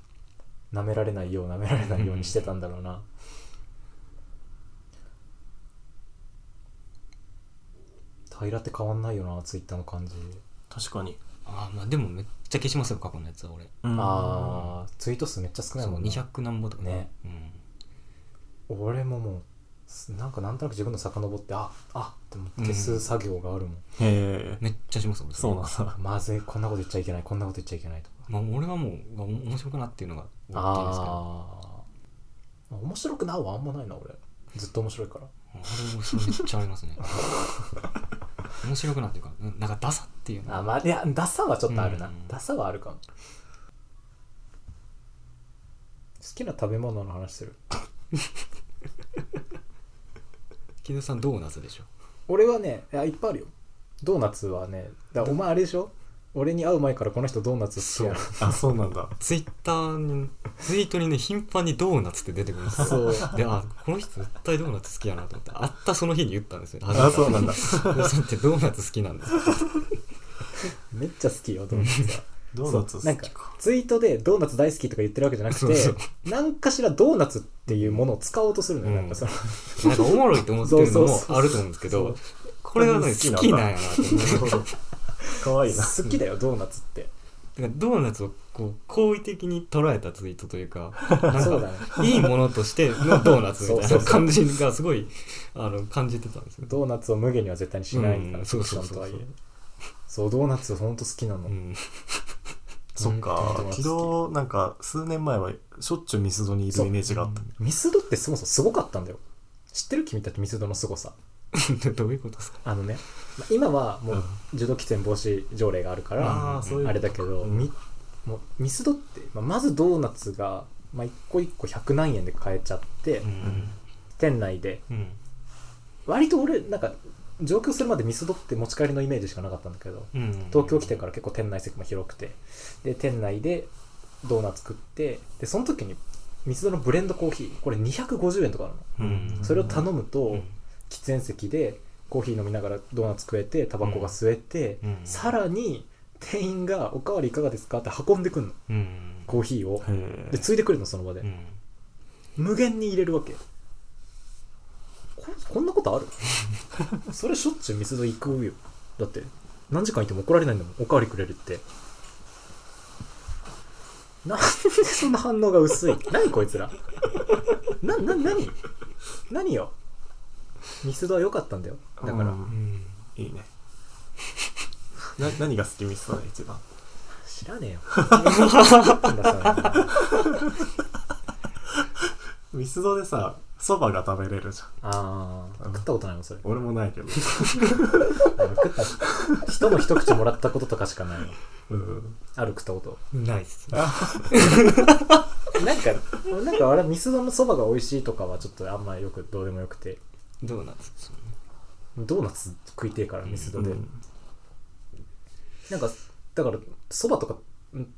Speaker 1: 舐められないよう舐められないようにしてたんだろうな平って変わんないよなツイッターの感じ、
Speaker 2: 確かに、
Speaker 3: あーまあでもめっちゃ消しますよ過去のやつは俺
Speaker 2: うん
Speaker 1: ああツイート数めっちゃ少ない
Speaker 3: そう
Speaker 1: もんね
Speaker 3: 200何ぼとか
Speaker 1: ね
Speaker 3: うん
Speaker 1: 俺ももうすなんかなんとなく自分の遡ってああって思って消す作業があるもん、
Speaker 2: へえ
Speaker 3: めっちゃします俺
Speaker 2: そうなん
Speaker 3: ん
Speaker 2: だ
Speaker 1: まずいこんなこと言っちゃいけないこんなこと言っちゃいけないとか
Speaker 3: まあ俺はもうがお面白くなっていうのが大きいですけど
Speaker 1: ああ面白くないはあんまないな俺ずっと面白いから
Speaker 3: あれもそれめっちゃあり ますね面白くなっていうかうんなんかダサっていうの
Speaker 1: あまあいやダサはちょっとあるな、
Speaker 3: うん
Speaker 1: ダサはあるかも好きな食べ物の話する
Speaker 3: 木戸さんドーナツでしょ
Speaker 1: 俺はねいやいっぱいあるよドーナツはねだお前あれでしょ俺に会う前からこの人ドーナツ好きやな
Speaker 2: あそうなんだ
Speaker 3: ツイッターにツイートにね頻繁にドーナツって出てくるんですよ
Speaker 1: そう
Speaker 3: であこの人絶対ドーナツ好きやなと思って会ったその日に言ったんですよ
Speaker 2: あそうなんだ
Speaker 3: 木戸さんってドーナツ好きなんですか
Speaker 1: めっちゃ好きよ ドーナツは
Speaker 2: ドーナツ好き
Speaker 1: なんかツイートでドーナツ大好きとか言ってるわけじゃなくて
Speaker 3: そうそう
Speaker 1: 何かしらドーナツっていうものを使おうとするのよ、
Speaker 3: うん
Speaker 1: なんかその
Speaker 3: なんかおもろいと思ってるのも
Speaker 1: そうそうそう
Speaker 3: あると思うんですけどこ
Speaker 2: こ
Speaker 3: れはね好きなんやなと思って
Speaker 2: かわいいな
Speaker 1: 好きだよドーナツって
Speaker 3: だからドーナツをこう好意的に捉えたツイートというかなん
Speaker 1: そうだね
Speaker 3: かいいものとしてのドーナツ
Speaker 1: そうそ
Speaker 3: みたい
Speaker 1: う
Speaker 3: な
Speaker 1: そう
Speaker 3: 感じがすごいあの感じてたんですよ
Speaker 1: ドーナツを無限には絶対にしないから、
Speaker 3: うんそうそうそう
Speaker 1: ちゃんとはいえそうドーナツほんと好きなの、
Speaker 3: うん
Speaker 2: そっか
Speaker 1: ドーナツ好き
Speaker 2: 昨日なんか数年前はしょっちゅうミスドにいるイメージがあった
Speaker 1: ミスドってそもそもすごかったんだよ知ってる君たちミスドのすごさ
Speaker 3: どういうことですか
Speaker 1: あのねま今はもう受動喫煙防止条例があるから、
Speaker 2: あーそういうこと
Speaker 1: あれだけど、
Speaker 2: うん
Speaker 1: みもうミスドって、まあまずドーナツが、まあ、一個一個100何円で買えちゃって、
Speaker 3: うん
Speaker 1: 店内で
Speaker 3: うん
Speaker 1: 割と俺なんか上京するまでミスドって持ち帰りのイメージしかなかったんだけど
Speaker 3: うん、
Speaker 1: 東京来てから結構店内席も広くてで店内でドーナツ食ってでその時にミスドのブレンドコーヒーこれ250円とかあるの
Speaker 3: うん
Speaker 1: それを頼むと、
Speaker 3: うん
Speaker 1: 喫煙席でコーヒー飲みながらドーナツ食えてタバコが吸えて、
Speaker 3: うん
Speaker 1: さらに店員が「おかわりいかがですか?」って運んでくんの
Speaker 3: うん
Speaker 1: コーヒーを
Speaker 2: へ
Speaker 1: で
Speaker 2: え
Speaker 1: ついでくれるのその場で、
Speaker 3: うん
Speaker 1: 無限に入れるわけここんなことある それしょっちゅうミスド行くよだって何時間いても怒られないんだもんおかわりくれるってなんでそんな反応が薄い 何こいつらなな何何よミスドは良かったんだよだから、
Speaker 2: う
Speaker 3: うんん
Speaker 2: いいね な何が好きミスだね一番
Speaker 1: 知らねえよなんだそれ
Speaker 2: ミスドでさそばが食べれるじゃん
Speaker 1: ああ食ったことないもんそれ
Speaker 2: 俺もないけど
Speaker 1: 食った人の一口もらったこととかしかないの
Speaker 2: うん
Speaker 1: ある食ったこと
Speaker 3: ないっす
Speaker 1: なんか、なんかあれ、ミスドのそばが美味しいとかはちょっとあんまよく、どうでもよくて、
Speaker 3: どうなんですか
Speaker 1: ドーナツ食いてえから、ミスドで。
Speaker 2: うん
Speaker 1: なんか、だから、そばとか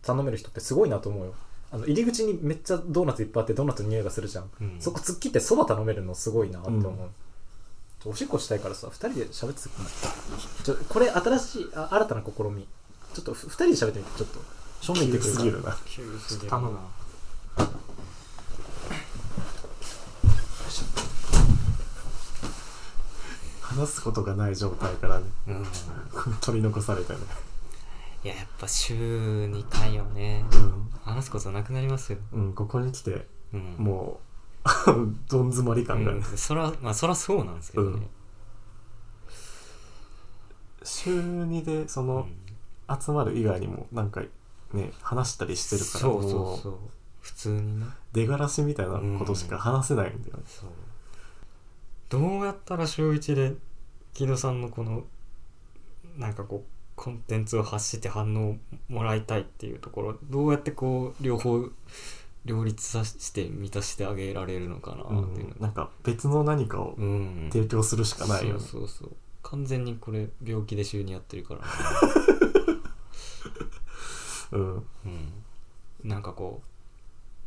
Speaker 1: 頼める人ってすごいなと思うよ。あの入り口にめっちゃドーナツいっぱいあってドーナツの匂いがするじゃん、
Speaker 3: うん
Speaker 1: そこ突っ切ってそば頼めるのすごいなって思う、
Speaker 2: うん
Speaker 1: おしっこしたいからさ2人で喋ってくんないちょこれ新しいあ新たな試みちょっと2人で喋ってみてちょっと正面行ってく
Speaker 2: 急
Speaker 1: る
Speaker 2: す
Speaker 1: か
Speaker 2: ぎ
Speaker 1: ら
Speaker 2: るな
Speaker 3: 急すぎる
Speaker 2: 頼む話すことがない状態からね
Speaker 3: うん
Speaker 2: 取り残されたね、
Speaker 3: いややっぱ週2回よね話すことなくなりますよ、
Speaker 2: うん、うん、ここに来て
Speaker 3: うん、
Speaker 2: もう どん詰まり感が、
Speaker 3: う
Speaker 2: ね
Speaker 3: ん、そらまあそらそうなんですけどね、
Speaker 2: 週2でそうの
Speaker 3: ん
Speaker 2: 集まる以外にもなんかね話したりしてるから
Speaker 3: そうそうそ
Speaker 2: もう
Speaker 3: う普通にね
Speaker 2: 出がらしみたいなことしか話せないんだよね、
Speaker 3: そうどうやったら週一で木戸さんのこのなんかこうコンテンツを発して反応をもらいたいっていうところどうやってこう両方両立させて満たしてあげられるのかな
Speaker 2: う、
Speaker 3: っていうん
Speaker 2: なんか別の何かを
Speaker 3: うん
Speaker 2: 提供するしかないよね、
Speaker 3: そうそうそう完全にこれ病気で週にやってるから、
Speaker 2: うん
Speaker 3: うん、なんかこう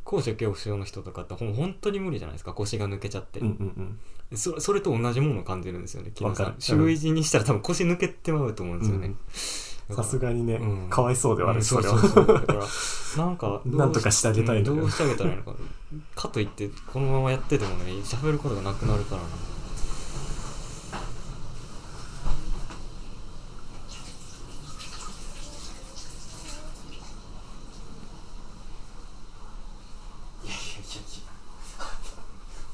Speaker 3: 高所恐怖症の人とかってほん本当に無理じゃないですか腰が抜けちゃって、
Speaker 2: うんうん
Speaker 3: そそれと同じものを感じるんですよね、木村さ
Speaker 2: わか
Speaker 3: ん
Speaker 2: る。
Speaker 3: 週一にしたら多分腰抜けてまうと思うんですよね。
Speaker 2: う
Speaker 3: だ
Speaker 2: んさ
Speaker 3: から
Speaker 2: すがにね、
Speaker 3: うん
Speaker 2: かわいそうではあ
Speaker 3: う
Speaker 2: る
Speaker 3: ん
Speaker 2: し
Speaker 3: そ
Speaker 2: そうれ
Speaker 3: そ
Speaker 2: は
Speaker 3: うそう。だから、なんかど うし、
Speaker 2: なんとかしてあげたいんだ
Speaker 3: う
Speaker 2: よ
Speaker 3: ん
Speaker 2: ね
Speaker 3: どうしてあげたらいいのかな。かといって、このままやっててもね、喋ることがなくなるからな。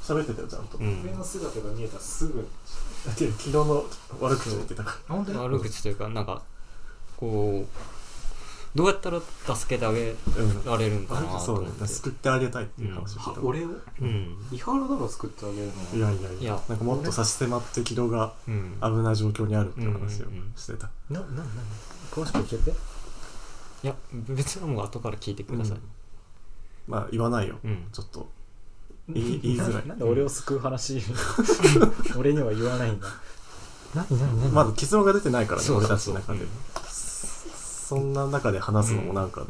Speaker 2: 喋ってたよちゃんと、
Speaker 3: う
Speaker 1: 上
Speaker 3: ん
Speaker 1: の姿が見えたらすぐ
Speaker 2: だけど昨日の悪口を言ってたか
Speaker 1: 本当に
Speaker 3: 悪口というか、なんか、こう、どうやったら助けてあげ
Speaker 2: ら、うん、
Speaker 3: られるんかな
Speaker 2: あ
Speaker 3: と
Speaker 2: そう
Speaker 3: 思
Speaker 2: だ
Speaker 3: って
Speaker 2: ね。救ってあげたいっていう話を聞いた、
Speaker 1: 俺を
Speaker 3: うん。
Speaker 1: リハールだろ作ってあげる
Speaker 2: い
Speaker 1: のは
Speaker 2: やいやいや
Speaker 3: いや
Speaker 2: なんかもっと差し迫って軌道が
Speaker 3: うん。
Speaker 2: 危ない状況にあるっていう話を
Speaker 3: うんうんうん
Speaker 2: してた、
Speaker 1: ななな詳しく教えて
Speaker 3: いや、別なもう後から聞いてください。
Speaker 2: まあ言わないよ、
Speaker 3: うん。
Speaker 2: ちょっと言い言いづらい
Speaker 1: ななんで俺を救う話俺には言わないんだ何何何
Speaker 2: まだ結論が出てないからね
Speaker 3: そう
Speaker 2: 俺
Speaker 3: そ
Speaker 2: た
Speaker 3: う
Speaker 2: ちの
Speaker 3: そう。
Speaker 2: 中でそんな中で話すのもなんかね、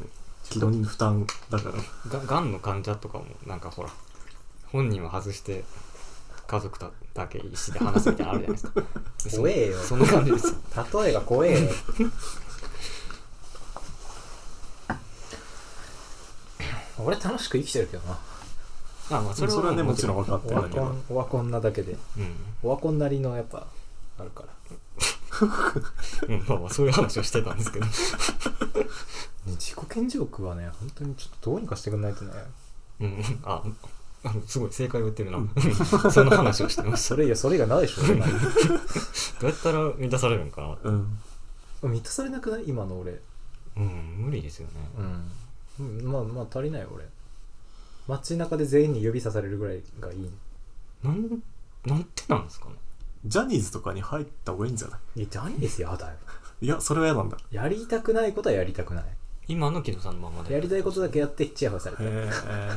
Speaker 2: 軌道に負担だから
Speaker 3: ががんの患者とかもなんかほら本人は外して家族だだけ医師で話すみたいなのあるじゃないです かそ
Speaker 1: 怖えよ
Speaker 3: そんな感じです
Speaker 1: 例えが怖えよ俺楽しく生きてるけどな
Speaker 3: あ、まあ、
Speaker 2: それはねもちろん分かって
Speaker 1: オワ
Speaker 2: るんだけ
Speaker 1: コ
Speaker 2: ど
Speaker 1: ンオワコンなだけで
Speaker 3: うん、
Speaker 1: オワコンなりのやっぱあるから
Speaker 3: うん、まあまあそういう話をしてたんですけど
Speaker 1: ね自己顕示欲はね本当にちょっとどうにかしてくんないとね
Speaker 3: うんああのすごい正解を言ってるな そんな話をしてました
Speaker 1: それいやそれ以外ないでしょ
Speaker 3: どうやったら満たされるのかな
Speaker 2: うん
Speaker 1: 満たされなくない今の俺
Speaker 3: うん無理ですよね
Speaker 1: うんまあまあ足りないよ俺街中で全員に指さされるぐらいがいい
Speaker 3: なんなんてなんですかね
Speaker 2: ジャニーズとかに入った方がいいんじゃない
Speaker 1: いやジャニーズやだよ
Speaker 2: いやそれは嫌なんだ
Speaker 1: やりたくないことはやりたくない
Speaker 3: 今の木戸さんのままで
Speaker 1: やりたいことだけやってチヤホヤされて
Speaker 2: へえ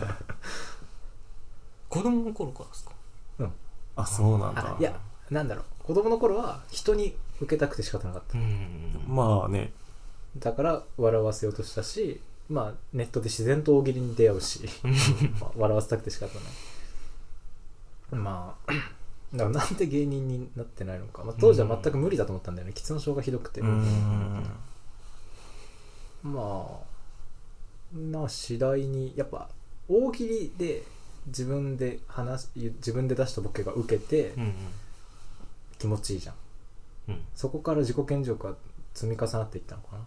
Speaker 3: 子供の頃からですか
Speaker 1: うん
Speaker 2: あそうなんだ
Speaker 1: あいやなんだろう子供の頃は人に受けたくて仕方なかった
Speaker 3: うん
Speaker 2: まあね、
Speaker 1: だから笑わせようとしたし、まあ、ネットで自然と大喜利に出会うし、 まあ笑わせたくて仕方ないまあだからなんで芸人になってないのか、まあ、当時は全く無理だと思ったんだよね喫煙症がひどくて
Speaker 2: うん。
Speaker 1: まあな次第にやっぱ大喜利で自分で話す自分で出したボケが受けて
Speaker 3: うん
Speaker 1: 気持ちいいじゃん
Speaker 3: うん
Speaker 1: そこから自己顕示欲が積み重なっていったのかな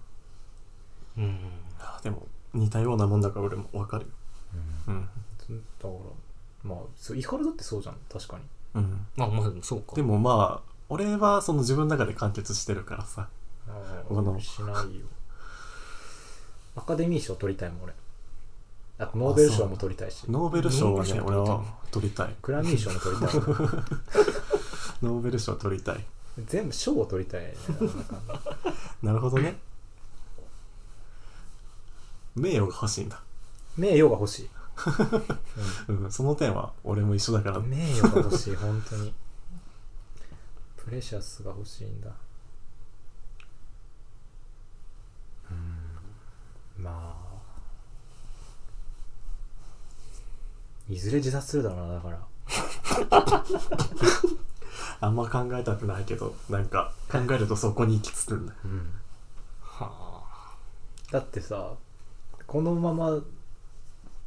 Speaker 3: うんうん
Speaker 2: あでも、似たようなもんだから俺もわかるよ。うん。
Speaker 1: だからまあそうイカルだってそうじゃん確かに
Speaker 2: うん。
Speaker 3: まあまあでもそうか
Speaker 2: でもまあ、俺はその自分の中で完結してるからさ。この
Speaker 1: しないよアカデミー賞取りたいもん俺あとノーベル賞も取りたいし
Speaker 2: ノーベル賞はね、
Speaker 3: ノーベ
Speaker 2: 俺
Speaker 3: ル賞取りたい
Speaker 2: は取りたい。
Speaker 1: グラミー賞も取りたい
Speaker 2: ノーベル賞取りたい。
Speaker 1: 全部賞を取りたいね、なんか
Speaker 2: なるほどね。名誉が欲しいんだ。
Speaker 1: 名誉が欲 しい、
Speaker 2: うん、その点は俺も一緒だから
Speaker 1: うん、。名誉が欲しい本当にプレシャスが欲しいんだうんまあいずれ自殺するだろうなだから
Speaker 2: あんま考えたくないけど、なんか考えるとそこに行き着くんだよ。
Speaker 1: うん
Speaker 3: は
Speaker 1: だってさこのまま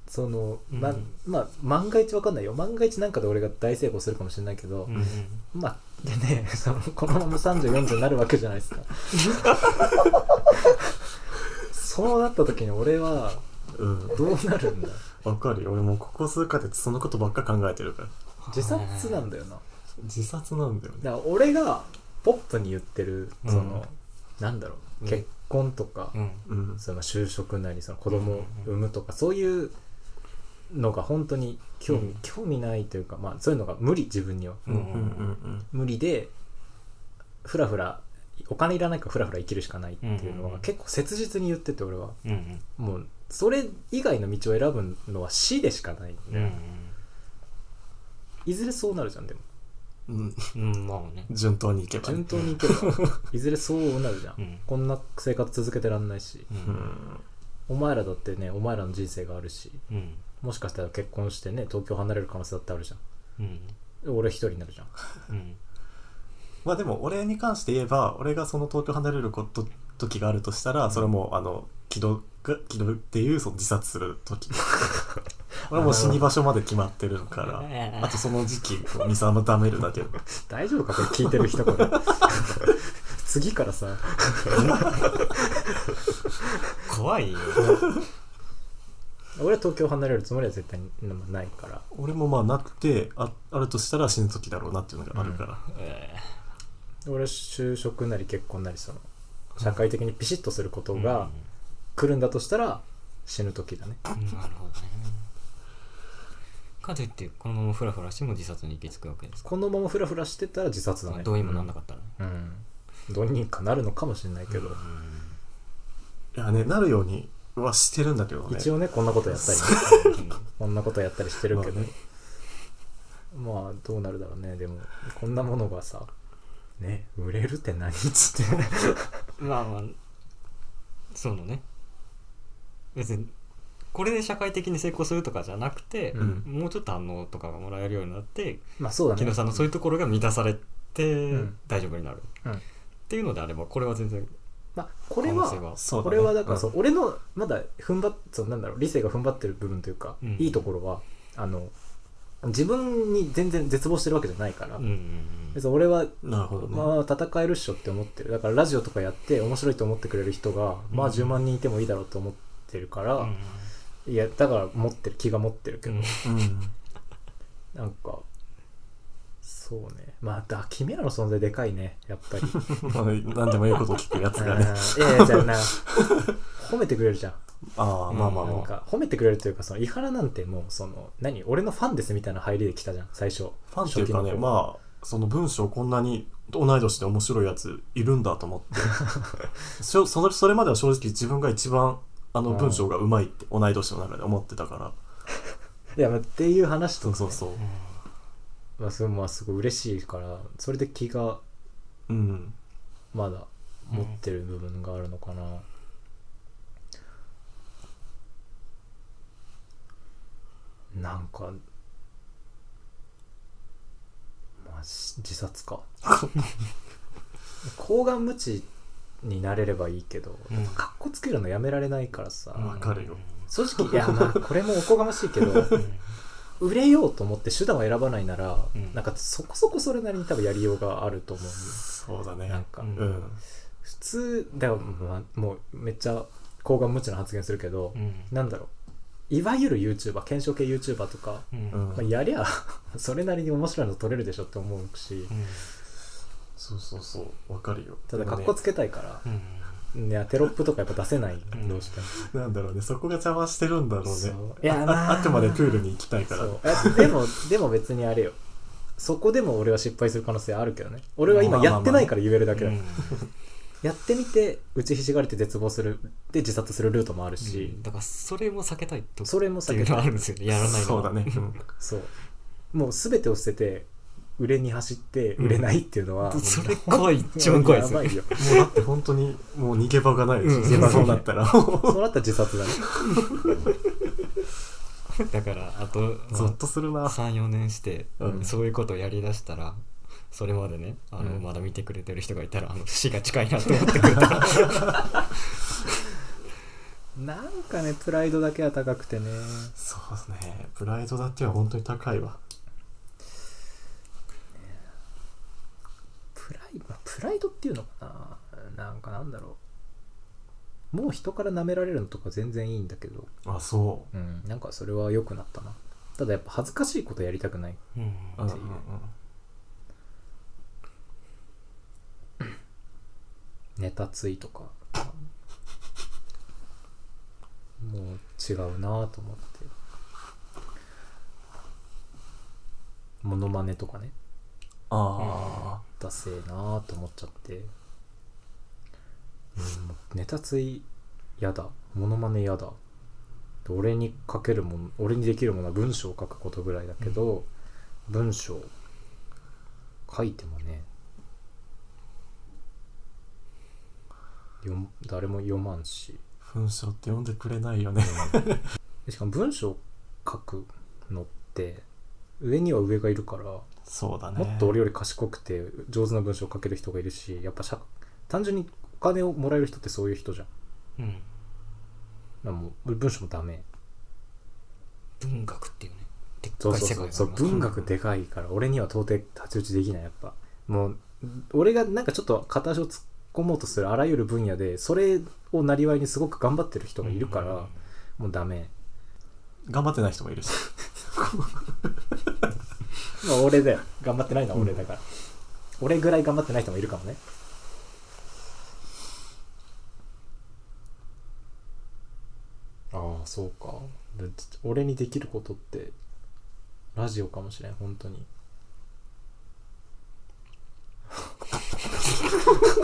Speaker 1: その、ま
Speaker 3: うん
Speaker 1: まあ万が一わかんないよ万が一なんかで俺が大成功するかもしれないけ
Speaker 3: あ
Speaker 1: ど
Speaker 3: う、んうん
Speaker 1: まあでね そのこのまま3040になるわけじゃないですかそうなった時に俺は
Speaker 2: うん。
Speaker 1: どうなるんだ
Speaker 2: わかるよ。俺もうここ数ヶ月そのことばっか考えてるから。
Speaker 1: 自殺なんだよな
Speaker 2: 自殺なんだよね。
Speaker 1: だから俺がポップに言ってるその、
Speaker 3: うん
Speaker 1: なんだろう
Speaker 3: うん
Speaker 1: 結婚とか、
Speaker 3: うん
Speaker 2: うん。
Speaker 1: その就職なりその子供を産むとかそういうのが本当に興味、
Speaker 3: うん
Speaker 1: 興味ないというか、まあ、そういうのが無理自分には
Speaker 2: うんうんうん
Speaker 1: 無理でふらふらお金いらないからふらふら生きるしかないっていうの
Speaker 3: うんうんう
Speaker 1: は
Speaker 3: ん
Speaker 1: 結構切実に言ってて俺は
Speaker 3: うんうん
Speaker 1: もうそれ以外の道を選ぶのは死でしかないん
Speaker 3: う
Speaker 1: で、
Speaker 3: ん
Speaker 1: いずれそうなるじゃんでも
Speaker 2: うん。うん。
Speaker 3: うんまあね
Speaker 2: 順当に行けばね
Speaker 1: 順当にいけば いずれそうなるじゃん、
Speaker 3: うん
Speaker 1: こんな生活続けてらんないし
Speaker 3: う
Speaker 2: うんん。
Speaker 1: お前らだってねお前らの人生があるし
Speaker 3: うん
Speaker 1: もしかしたら結婚してね東京離れる可能性だってあるじゃん
Speaker 3: うん
Speaker 1: 俺一人になるじゃん
Speaker 3: うん
Speaker 2: まあでも俺に関して言えば、俺がその東京離れること時があるとしたら、それはもうあの、軌道が、軌道っていうその自殺する時。俺はもう死に場所まで決まってるから。あとその時期を見定めるだけ。
Speaker 1: 大丈夫かこれ聞いてる人 から次からさ
Speaker 3: 怖いよ
Speaker 1: 俺は東京離れるつもりは絶対にないから
Speaker 2: 俺もまあなくてあ、あるとしたら死ぬ時だろうなっていうのがあるから。
Speaker 3: え
Speaker 1: 俺は就職なり結婚なりその社会的にピシッとすること
Speaker 3: ー
Speaker 1: が来るんだとしたら死ぬ時だね、
Speaker 3: うんなるほどねかといってこのままフラフラしても自殺に行き着くわけですか
Speaker 1: このままフラフラしてたら自殺だね
Speaker 3: どうにもなんなかったらね
Speaker 1: うんどうにかなるのかもしれないけど、
Speaker 2: いやね、なるようにはしてるんだけどね。
Speaker 1: 一応ねこんなことやったりね、こんなことやったりしてるけど
Speaker 2: まあね
Speaker 1: まあどうなるだろうねでもこんなものがさね売れるって何っつって
Speaker 3: まあまあそのね別にこれで社会的に成功するとかじゃなくて、
Speaker 2: うん
Speaker 3: もうちょっと反応とかがもらえるようになって
Speaker 1: まあそうだね
Speaker 3: 木野さんのそういうところが満たされて
Speaker 1: うん
Speaker 3: 大丈夫になる、
Speaker 1: うん
Speaker 3: っていうのであればこれは全然
Speaker 1: まあ、こ
Speaker 3: 可
Speaker 1: れ
Speaker 3: 能性
Speaker 1: は
Speaker 3: は
Speaker 2: そう
Speaker 1: こ
Speaker 2: だ
Speaker 1: れ
Speaker 2: ね。
Speaker 1: はだからそう、
Speaker 2: う
Speaker 1: 俺のまだ踏ん張っそうなんだろう理性が踏ん張ってる部分というか、
Speaker 3: うん
Speaker 1: いいところはあの自分に全然絶望してるわけじゃないから、
Speaker 3: うんうん
Speaker 1: 別に俺は、
Speaker 2: んなるほどね。
Speaker 1: まあ、戦えるっしょって思ってるだからラジオとかやって面白いと思ってくれる人が、まあ10万人いてもいいだろうと思ってるから、
Speaker 3: うん
Speaker 1: いやだから持ってる気が持ってるけ
Speaker 3: う
Speaker 1: ど、
Speaker 3: ん
Speaker 2: うん。
Speaker 1: なんかそうねまあだ君らの存在でかいねやっぱり
Speaker 2: まあ、何でもいいこと聞くやつ
Speaker 1: うんいや
Speaker 2: がね。
Speaker 1: いやじゃあな褒めてくれるじゃん
Speaker 2: ああ、まあまあ
Speaker 1: なん
Speaker 2: まあ。
Speaker 1: か褒めてくれるというかその伊原なんてもうその何俺のファンですみたいな入りで来たじゃん最初
Speaker 2: ファンっていう
Speaker 1: 初期
Speaker 2: かね、
Speaker 1: の頃
Speaker 2: まあ、その文章こんなに同い年で面白いやついるんだと思 って。しょそのそれまでは正直自分が一番あの文章がうまいって同い年の中で思ってたから。
Speaker 1: いやまあっていう話とか
Speaker 2: そう
Speaker 1: ね
Speaker 2: そうそう。
Speaker 1: まあ、それもまあすごい嬉しいからそれで気が
Speaker 2: うん。
Speaker 1: まだ持ってる部分があるのかな、なんか、まあ、し自殺 か抗がん無知になれればいいけど
Speaker 3: うん
Speaker 1: かっこつけるのやめられないからさ、
Speaker 2: わかるよ
Speaker 1: 正直いやまあこれもおこがましいけ ど
Speaker 3: うんうん
Speaker 1: 売れようと思って手段を選ばないなら、
Speaker 3: うん
Speaker 1: なんかそこそこそれなりに多分やりようがあると思うんで
Speaker 2: そうだね。
Speaker 1: なんか、
Speaker 3: うん
Speaker 2: うん。
Speaker 1: 普通だから、まあ、もうめっちゃ高顔無知な発言するけど、
Speaker 3: うん
Speaker 1: なんだろういわゆる YouTuber 検証系 YouTuber とか、
Speaker 3: うん
Speaker 2: うん
Speaker 1: まあ、やりゃ それなりに面白いの撮れるでしょって思うし
Speaker 3: うん
Speaker 2: そうそうそう。わかるよ。
Speaker 1: ただ
Speaker 2: で
Speaker 1: か
Speaker 2: も
Speaker 1: っ
Speaker 2: ね
Speaker 1: こつけたいから、
Speaker 3: うん
Speaker 1: いやテロップとかやっぱ出せない、
Speaker 3: ん
Speaker 1: どうしても
Speaker 2: なんだろうね。そこが邪魔してるんだろう
Speaker 1: そ
Speaker 2: ね。
Speaker 1: うい
Speaker 2: い
Speaker 1: や
Speaker 2: や
Speaker 1: ま
Speaker 2: あ、あくまでプールに行きたいから。
Speaker 1: そうえでもでも別にあれよそこでも俺は失敗する可能性あるけどね俺は今やってないから言えるだけだ、やってみて打ちひしがれて絶望するで自殺するルートもあるし、
Speaker 3: うんだからそれも避けたいと
Speaker 1: それも避けたい
Speaker 3: っていうのはあるんですよねやらないのは
Speaker 2: そうだね。うん
Speaker 1: そうもう全てを捨てて売れに走って売れないっていうのは、
Speaker 3: それ怖い一番怖いです
Speaker 1: や
Speaker 3: よ
Speaker 1: ばいよ
Speaker 2: もうだって本当にもう逃げ場がないでしょ、
Speaker 3: うん
Speaker 2: 逃げ場そうなったらもう
Speaker 1: そうなったら自殺だね
Speaker 3: だからあと、ま あ
Speaker 2: ゾッとするな
Speaker 3: 34年して、
Speaker 2: うん
Speaker 3: そういうことをやりだしたらそれまでねあの、
Speaker 1: うん
Speaker 3: まだ見てくれてる人がいたらあの死が近いなと思ってくれたら
Speaker 1: なんかねプライドだけは高くてね
Speaker 2: そうですねプライドだっては本当に高いわ
Speaker 1: プライ,、まあ、プライドっていうのかななんかなんだろうもう人から舐められるのとか全然いいんだけど、
Speaker 2: あそ
Speaker 1: うん、なんかそれは良くなったなただやっぱ恥ずかしいことやりたくない、
Speaker 3: うん
Speaker 2: う、うんう
Speaker 1: っ
Speaker 2: ん
Speaker 1: ていうネタついとかもう違うなと思ってモノマネとかね
Speaker 2: あ
Speaker 1: ダセえなと思っちゃって、うん、もうネタついやだモノマネやだで俺に書けるもん俺にできるものは文章を書くことぐらいだけど、文章書いてもね読ん誰も読まんし
Speaker 2: あ文章って読んでくれないよね
Speaker 1: でしかも文章書くのって上には上がいるから
Speaker 2: そうだね
Speaker 1: もっと俺より賢くて上手な文章を書ける人がいるしやっぱしゃ単純にお金をもらえる人ってそういう人じゃん
Speaker 3: うん
Speaker 1: だからもう文章もダメ
Speaker 3: 文学っていうねでっ
Speaker 1: そ
Speaker 3: か
Speaker 1: う
Speaker 3: い
Speaker 1: そ
Speaker 3: 世
Speaker 1: う
Speaker 3: 界
Speaker 1: そうそう
Speaker 3: があります
Speaker 1: 文学でかいから俺には到底太刀打ちできないやっぱもう俺がなんかちょっと片足を突っ込もうとするあらゆる分野でそれをなりわいにすごく頑張ってる人がいるから、もうダメ
Speaker 2: 頑張ってない人もいるし
Speaker 1: まあ俺だよ頑張ってないのは俺だから、俺ぐらい頑張ってない人もいるかもねああそうかでち俺にできることってラジオかもしれん本当に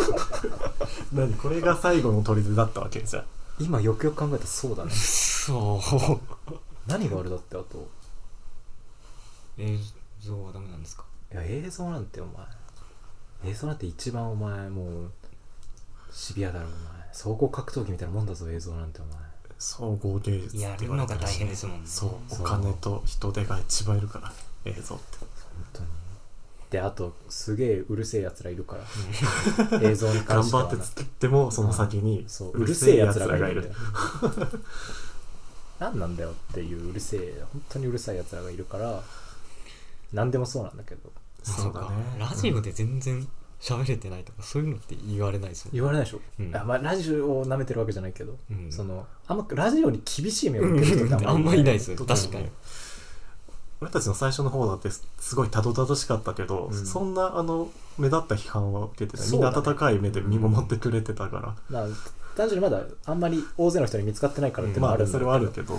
Speaker 2: 何これが最後の砦だったわけじゃん
Speaker 1: 今よくよく考えたらそう だね
Speaker 3: そう
Speaker 1: 何があれだってあと
Speaker 3: 映像はダメなんですか
Speaker 1: いや映像なんてお前映像なんて一番お前もうシビアだろお前総合格闘技みたいなもんだぞ映像なんてお前
Speaker 2: 総合芸術
Speaker 3: やるのが大変ですもんね
Speaker 2: そう
Speaker 1: そう
Speaker 2: お金と人手が一番いるから映像って
Speaker 1: 本当にであとすげえうるせえやつらいるから映像に関
Speaker 2: 頑
Speaker 1: しては
Speaker 2: 張
Speaker 1: な
Speaker 2: って作ってもその先に
Speaker 1: そううるせえやつら
Speaker 2: うるせえ
Speaker 1: が
Speaker 2: 奴
Speaker 1: いるんだよ何なんだよっていううるせえ本当にうるさいやつらがいるから何でもそうなんだけど
Speaker 2: そうだね
Speaker 3: ラジオで全然喋れてないとか、そういうのって言われないですもん
Speaker 1: 言われないでしょ、
Speaker 3: うん
Speaker 1: あまあ、ラジオを舐めてるわけじゃないけど、
Speaker 3: うん
Speaker 1: そのあんまラジオに厳しい目を向ける人って
Speaker 3: あんまりいないですよ
Speaker 2: 特
Speaker 3: 確かに
Speaker 2: ね俺たちの最初の方だってすすごいたどたどしかったけど、
Speaker 1: うん
Speaker 2: そんなあの目立った批判は受けてない、
Speaker 1: そう
Speaker 2: み
Speaker 1: んだ
Speaker 2: な
Speaker 1: ね
Speaker 2: 温かい目で見守ってくれてたから、
Speaker 1: まあ単純にまだあんまり大勢の人に見つかってないからっての
Speaker 2: ま
Speaker 1: もあ
Speaker 2: あ
Speaker 1: るんだ
Speaker 2: そ
Speaker 1: け
Speaker 2: れ
Speaker 1: ど
Speaker 2: はあるけど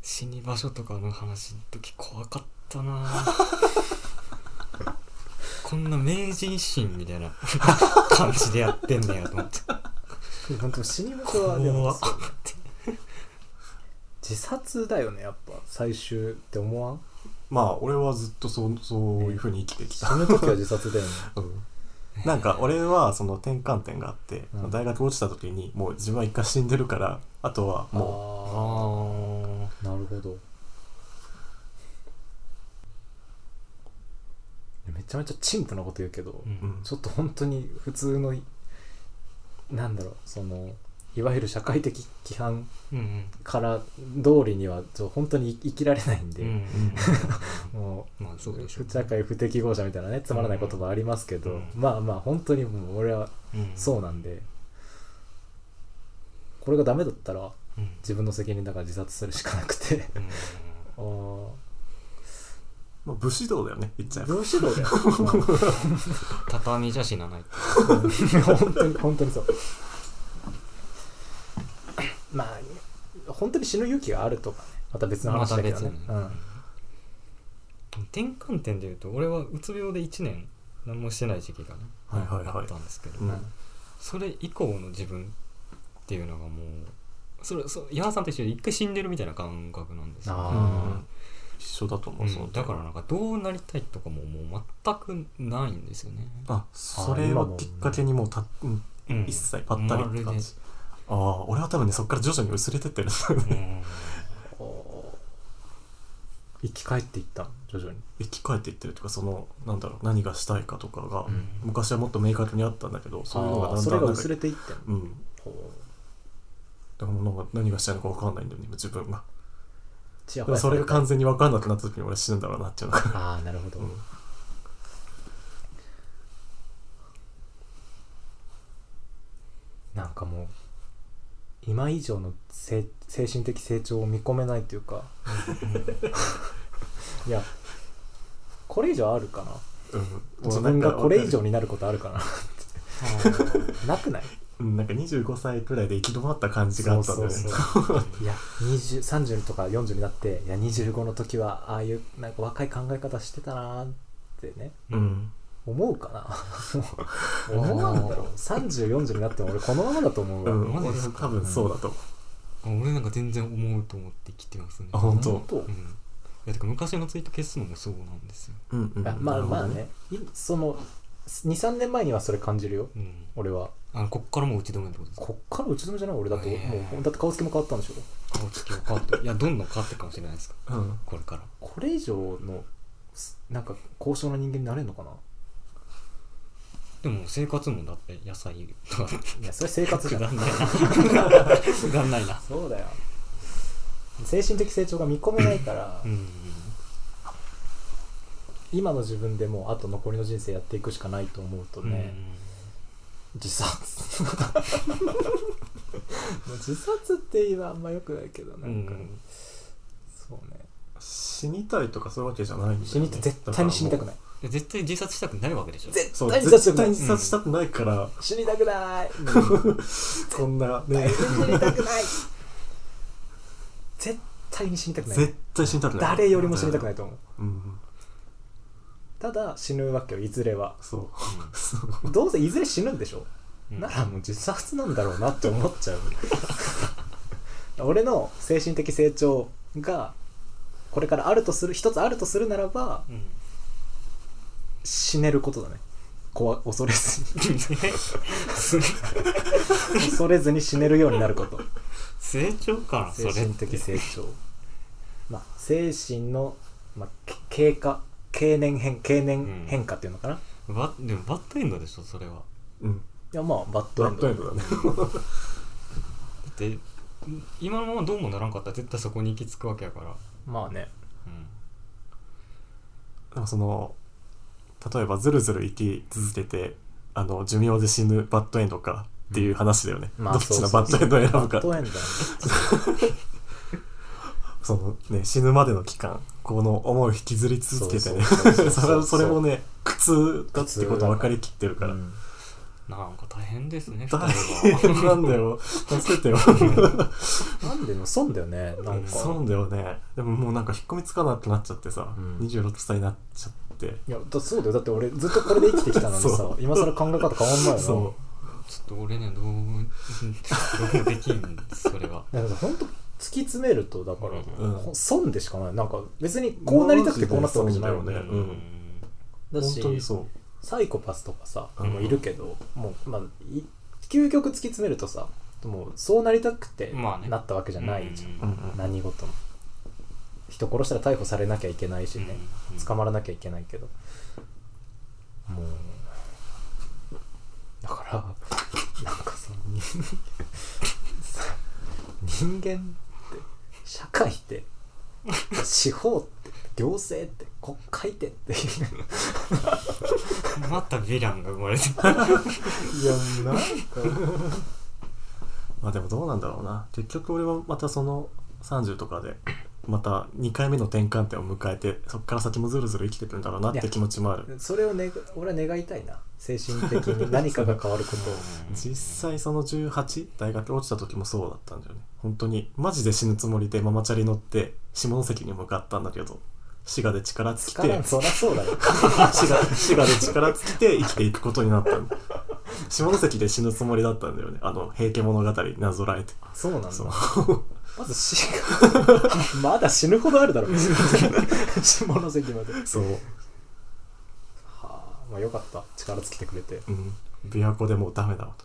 Speaker 3: 死に場所とかの話の時怖かった なこんな明治維新み たいな感じでやってんねやと思って
Speaker 1: 本当死に向こうはでも
Speaker 3: 怖っ
Speaker 1: そう自殺だよねやっぱ最終って思わん
Speaker 2: まあ俺はずっとそうそういうふうに生きてきた、
Speaker 1: 死ぬ時は自殺だよね
Speaker 2: うんなんか俺はその転換点があって、
Speaker 1: うん
Speaker 2: 大学落ちた時にもう自分は一回死んでるからあとはも
Speaker 3: あ
Speaker 1: あ
Speaker 3: ー
Speaker 1: あなるほどめちゃめちゃ陳腐なこと言うけど、
Speaker 3: う
Speaker 2: う、うんん、
Speaker 1: ちょっと本当に普通のなんだろうそのいわゆる社会的規範
Speaker 3: うんうん
Speaker 1: から通りにはちょ本当に生きられないん
Speaker 3: う
Speaker 1: で、
Speaker 3: ん
Speaker 1: もう
Speaker 3: まあそうでしょうね
Speaker 1: 社会不適合者みたいなねつまらない言葉ありますけど、
Speaker 3: うん
Speaker 1: まあまあ本当にもう俺は
Speaker 3: うん
Speaker 1: そうなんで、これがダメだったら
Speaker 3: うんうん
Speaker 1: 自分の責任だから自殺するしかなくて
Speaker 3: うん
Speaker 1: ああ
Speaker 2: まあ、武士道だよね言っちゃえば
Speaker 1: 文士道だよ、
Speaker 3: 畳じゃ死なない
Speaker 1: うん本当に 本当にそうまあ本当に死ぬ勇気があるとかねまた別の
Speaker 3: ま
Speaker 1: 話
Speaker 3: た
Speaker 1: だけど
Speaker 3: 別
Speaker 1: ね
Speaker 3: に、
Speaker 1: うん
Speaker 3: 転換点でいうと俺はうつ病で1年何もしてない時期がね
Speaker 2: はいはいはい
Speaker 3: あったんですけど、
Speaker 2: うん
Speaker 3: それ以降の自分っていうのがもうそれそ矢原さんと一緒で一回死んでるみたいな感覚なんですよ
Speaker 1: あ
Speaker 2: うん一緒だと思
Speaker 3: う
Speaker 2: う、
Speaker 3: ん
Speaker 2: その
Speaker 3: だからなんかどうなりたいとかももう全くないんですよね、
Speaker 2: あそれはきっかけにもうた、うん、
Speaker 3: うん
Speaker 2: 一切ぱったりって
Speaker 3: ま
Speaker 2: 感
Speaker 3: るで
Speaker 2: じああ俺は多分ねそこから徐々に薄れてってるん だよ
Speaker 3: う
Speaker 2: ね
Speaker 3: ん
Speaker 1: 生き返っていった徐々に
Speaker 2: 生き返っていってるとかそのなんだろう何がしたいかとかが、
Speaker 3: うん
Speaker 2: 昔はもっと明確にあったんだけどそういうのが
Speaker 1: あー
Speaker 2: だん
Speaker 1: そ
Speaker 2: だ
Speaker 1: れ
Speaker 2: ん
Speaker 1: が
Speaker 2: なんか
Speaker 1: 薄れていったの
Speaker 2: うんだからもうなんか何がしたいのか分かんないんだよね今自分が
Speaker 1: ちや
Speaker 2: だ
Speaker 1: ほや
Speaker 2: から
Speaker 1: さ
Speaker 2: そ
Speaker 1: れ
Speaker 2: れ
Speaker 1: た
Speaker 2: が完全に分かんなくなった時に俺死ぬんだろうなっていうのが、
Speaker 1: ああなるほど、
Speaker 2: うん
Speaker 1: なんかもう今以上のせい精神的成長を見込めないというか いやこれ以上あるかな
Speaker 2: うん、
Speaker 1: 自分がこれ以上
Speaker 2: に
Speaker 1: になることあるかななくない
Speaker 2: うんなんか25歳くらいで行き止まった感じがあったんだよね
Speaker 1: そうそういや20 30とか40になっていや25の時はああいうなんか若い考え方してたなーってね
Speaker 2: うん
Speaker 1: 思うか な
Speaker 3: うん
Speaker 1: 思わんだろう3040になっても俺このままだと思う
Speaker 2: う
Speaker 1: わ、
Speaker 2: ん、
Speaker 3: マジっ
Speaker 2: 俺
Speaker 3: す
Speaker 2: も
Speaker 3: か
Speaker 2: 多分そうだと思う、
Speaker 3: 俺なんか全然思うと思って生きてますね
Speaker 2: あ本当
Speaker 1: 当
Speaker 3: うん、いやてか昔のツイート消すのもそうなんですよ、
Speaker 2: うんうん
Speaker 1: いやまあまあねいその23年前にはそれ感じるよ
Speaker 3: うん、
Speaker 1: 俺は
Speaker 3: あのこっからもう打ち止めってことですか
Speaker 1: こっから打ち止めじゃない俺だと
Speaker 3: へ
Speaker 1: も
Speaker 3: ー
Speaker 1: うだって顔つきも変わったんでしょ
Speaker 3: 顔つきは変わっていやどんどん変わってるかもしれないですか
Speaker 2: うん
Speaker 3: これから
Speaker 1: これ以上のすなんか高尚な人間になれるのかな
Speaker 3: でも生活もだって野菜とか
Speaker 1: いやそれ生活じゃ
Speaker 3: く
Speaker 1: ん
Speaker 3: だんない なくだんないな
Speaker 1: そうだよ精神的成長が見込めないから
Speaker 3: うん
Speaker 1: 今の自分でもうあと残りの人生やっていくしかないと思うと
Speaker 3: うん
Speaker 1: ね、自殺 自殺って言えばあんまよくないけどなんか、
Speaker 3: うん
Speaker 1: そうね
Speaker 2: 死にたいとかそういうわけじゃないんだよね
Speaker 1: 死にた絶対に死にたくない
Speaker 3: で絶対自殺したくないわけでしょ
Speaker 2: そう
Speaker 1: 絶対に自殺した
Speaker 2: 絶
Speaker 1: くな
Speaker 2: 対
Speaker 1: い
Speaker 2: に自殺したくないから、
Speaker 1: 死にたくない
Speaker 2: こんなね
Speaker 1: 死にたくない絶対に死にたくない
Speaker 2: 絶対死にたくない
Speaker 1: 誰よりも死にたくないと思う
Speaker 2: うん
Speaker 1: ただ死ぬわけよいずれは
Speaker 2: そううそう
Speaker 1: どうせいずれ死ぬんでしょ、
Speaker 3: んうん
Speaker 1: ならもう自殺なんだろうなって思っちゃ う俺の精神的成長がこれからあるとする一つあるとするならば
Speaker 3: うん
Speaker 1: 死ねることだね怖恐れず に
Speaker 3: す
Speaker 1: 恐れずに死ねるようになること
Speaker 3: 成長かなそ
Speaker 1: 精
Speaker 3: れ
Speaker 1: 神的成長まあ精神の、まあ、け経過経年変経年変化っていうのかな、い
Speaker 3: バでもバッドエンドでしょそれは
Speaker 2: うん
Speaker 1: やまあバッドエ
Speaker 2: バッ
Speaker 1: ン
Speaker 2: ド
Speaker 1: ド
Speaker 2: エンドだね
Speaker 3: だって今のままどうもならんかったら絶対そこに行き着くわけやから
Speaker 1: まあね
Speaker 3: うん
Speaker 2: でもその例えばずるずる生き続けてあの寿命で死ぬバッドエンドかっていう話だよね、
Speaker 1: まあ
Speaker 2: どっちの
Speaker 1: そ
Speaker 2: バ
Speaker 1: う
Speaker 2: ッ
Speaker 1: そう
Speaker 2: ドエンドを選
Speaker 1: バ
Speaker 2: ぶか
Speaker 1: ッドエン ドだね
Speaker 2: そのね死ぬまでの期間この思いを引きずり続けてね
Speaker 1: そうそうそう
Speaker 2: そ
Speaker 1: そう
Speaker 2: れそれもね苦痛だってこと分かりきってるから、
Speaker 1: うん
Speaker 3: なんか大変ですね
Speaker 2: 大
Speaker 3: 二
Speaker 2: 変
Speaker 3: 人は
Speaker 2: なんだよ助けてよ
Speaker 1: なんでの損だよねなんか
Speaker 2: そうだよねでももうなんか引っ込みつかなくなっちゃってさ、
Speaker 1: うん
Speaker 2: 26歳になっちゃって
Speaker 1: いやだそうだよだって俺ずっとこれで生きてきたのにさ
Speaker 2: そう
Speaker 1: 今更考え方変わんないよな
Speaker 2: そう
Speaker 3: ちょっと俺ねどうどうもできんそれは
Speaker 1: だから本当突き詰めるとだから、
Speaker 3: うん
Speaker 2: うん
Speaker 1: 損でしかないなんか別にこうなりたくてこうなったわけじゃないもんね
Speaker 2: マジ
Speaker 1: う
Speaker 2: でうんん
Speaker 1: だし
Speaker 2: 本当にそう
Speaker 1: サイコパスとかさ、
Speaker 2: うん
Speaker 1: もういるけどもう、まあ、い究極突き詰めるとさもうそうなりたくて
Speaker 3: まあね
Speaker 1: なったわけじゃないじゃん、
Speaker 2: うん
Speaker 1: 何事も人殺したら逮捕されなきゃいけないしね、捕まらなきゃいけないけどもうだからなんかその人間さ人間って社会って司法って行政って国会ってっていう
Speaker 3: またヴィランが生まれて
Speaker 1: いやなんか
Speaker 2: まあでもどうなんだろうな結局俺はまたその30とかでまた2回目の転換点を迎えてそっから先もずるずる生きてくんだろうなっ
Speaker 1: いや
Speaker 2: て気持ちもある
Speaker 1: それを、ね、俺は願いたいな精神的 に何かが変わることを
Speaker 2: 実際その18大学落ちた時もそうだったんだよね本当にマジで死ぬつもりでママチャリ乗って下関に向かったんだけど滋賀で力尽き
Speaker 1: 力
Speaker 2: て
Speaker 1: んそりゃそうだよ
Speaker 2: 滋賀滋賀で力尽きて生きていくことになったんだ下関で死ぬつもりだったんだよねあの「平家物語」になぞらえて
Speaker 1: そうなんだ
Speaker 2: そう
Speaker 1: まず死が まだ死ぬほどあるだ ろ下関まで
Speaker 2: そう、
Speaker 1: はあまあよかった力尽きてくれて
Speaker 2: うん、琵琶湖でもうダメだわと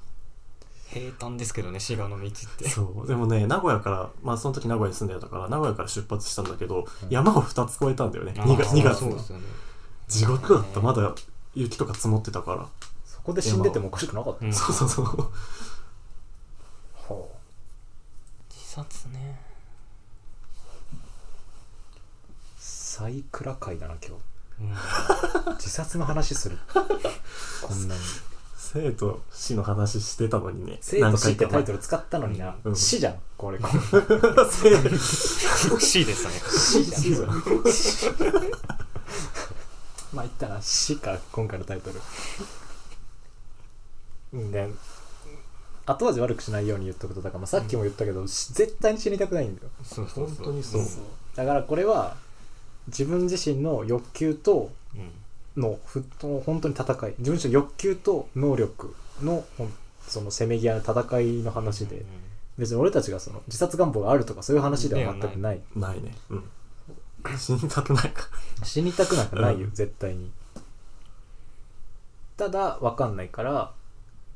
Speaker 3: 平坦ですけどね滋賀の道って
Speaker 2: そうでもね名古屋からまあその時名古屋に住んでたから名古屋から出発したんだけど、
Speaker 1: うん
Speaker 2: 山を2つ越えたんだよね
Speaker 3: あー
Speaker 2: 2月二月
Speaker 3: そう
Speaker 2: の
Speaker 3: ですよね
Speaker 2: 地獄だったまだ雪とか積もってたから、
Speaker 1: そこで死んでてもおかしくなかった、
Speaker 3: うん
Speaker 2: そうそうそう
Speaker 1: はあ
Speaker 3: 自殺ね
Speaker 1: サイクラ界だな今
Speaker 3: うん
Speaker 1: 日自殺の話 するこんなに
Speaker 2: 生と死の話してたのにね
Speaker 1: 生と死ってタイト
Speaker 2: ル
Speaker 1: ル使ったのにな、
Speaker 2: うん
Speaker 1: 死じゃんこれ
Speaker 2: 生
Speaker 3: C でしたね
Speaker 1: 死じゃん まあ言ったら死か今回のタイトルうんで後味悪くしないように言っとくとだから、まあ、さっきも言ったけど、し絶対に死にたくないんだよ
Speaker 3: そうそう
Speaker 2: 本
Speaker 3: そう
Speaker 2: 当にそう、
Speaker 1: だからこれは自分自身の欲求と
Speaker 3: うん
Speaker 1: のふの本当に戦い自分自身の欲求と能力のほんそのせめぎ合いの戦いの話で、
Speaker 3: うん
Speaker 1: 別に俺たちがその自殺願望があるとかそういう話では全く
Speaker 3: では
Speaker 1: ない
Speaker 2: ないねうん死にたくないか
Speaker 1: 死にたくなんかないよ、
Speaker 2: うん
Speaker 1: 絶対にただ分かんないから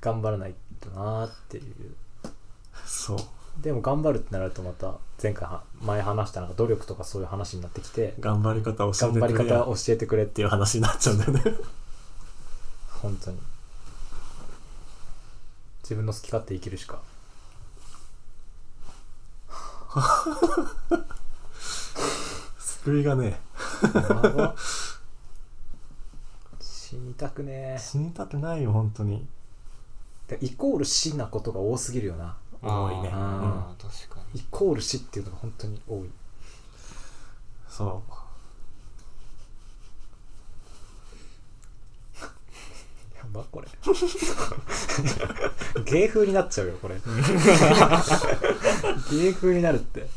Speaker 1: 頑張らないとなーっていう
Speaker 2: そう
Speaker 1: でも頑張るってなるとまた前回は前話したなんか努力とかそういう話になってきて
Speaker 2: 頑張り方を教え
Speaker 1: 頑
Speaker 2: て
Speaker 1: 張
Speaker 2: く
Speaker 1: り
Speaker 2: れ
Speaker 1: 方
Speaker 2: よっ
Speaker 1: 教えてくれって
Speaker 2: ていう話になっちゃうんだよね
Speaker 1: 本当に自分の好き勝手生きるしか
Speaker 2: 救いがね
Speaker 1: やば死にたくね
Speaker 2: 死にたくないよ本当に
Speaker 1: えイコール死なことが多すぎるよな
Speaker 2: 多いね
Speaker 3: あー確か
Speaker 1: イ
Speaker 3: に
Speaker 1: コール死っていうのが本当に多い
Speaker 2: そう
Speaker 1: やばこれ 芸風になっちゃうよこれ芸風になるって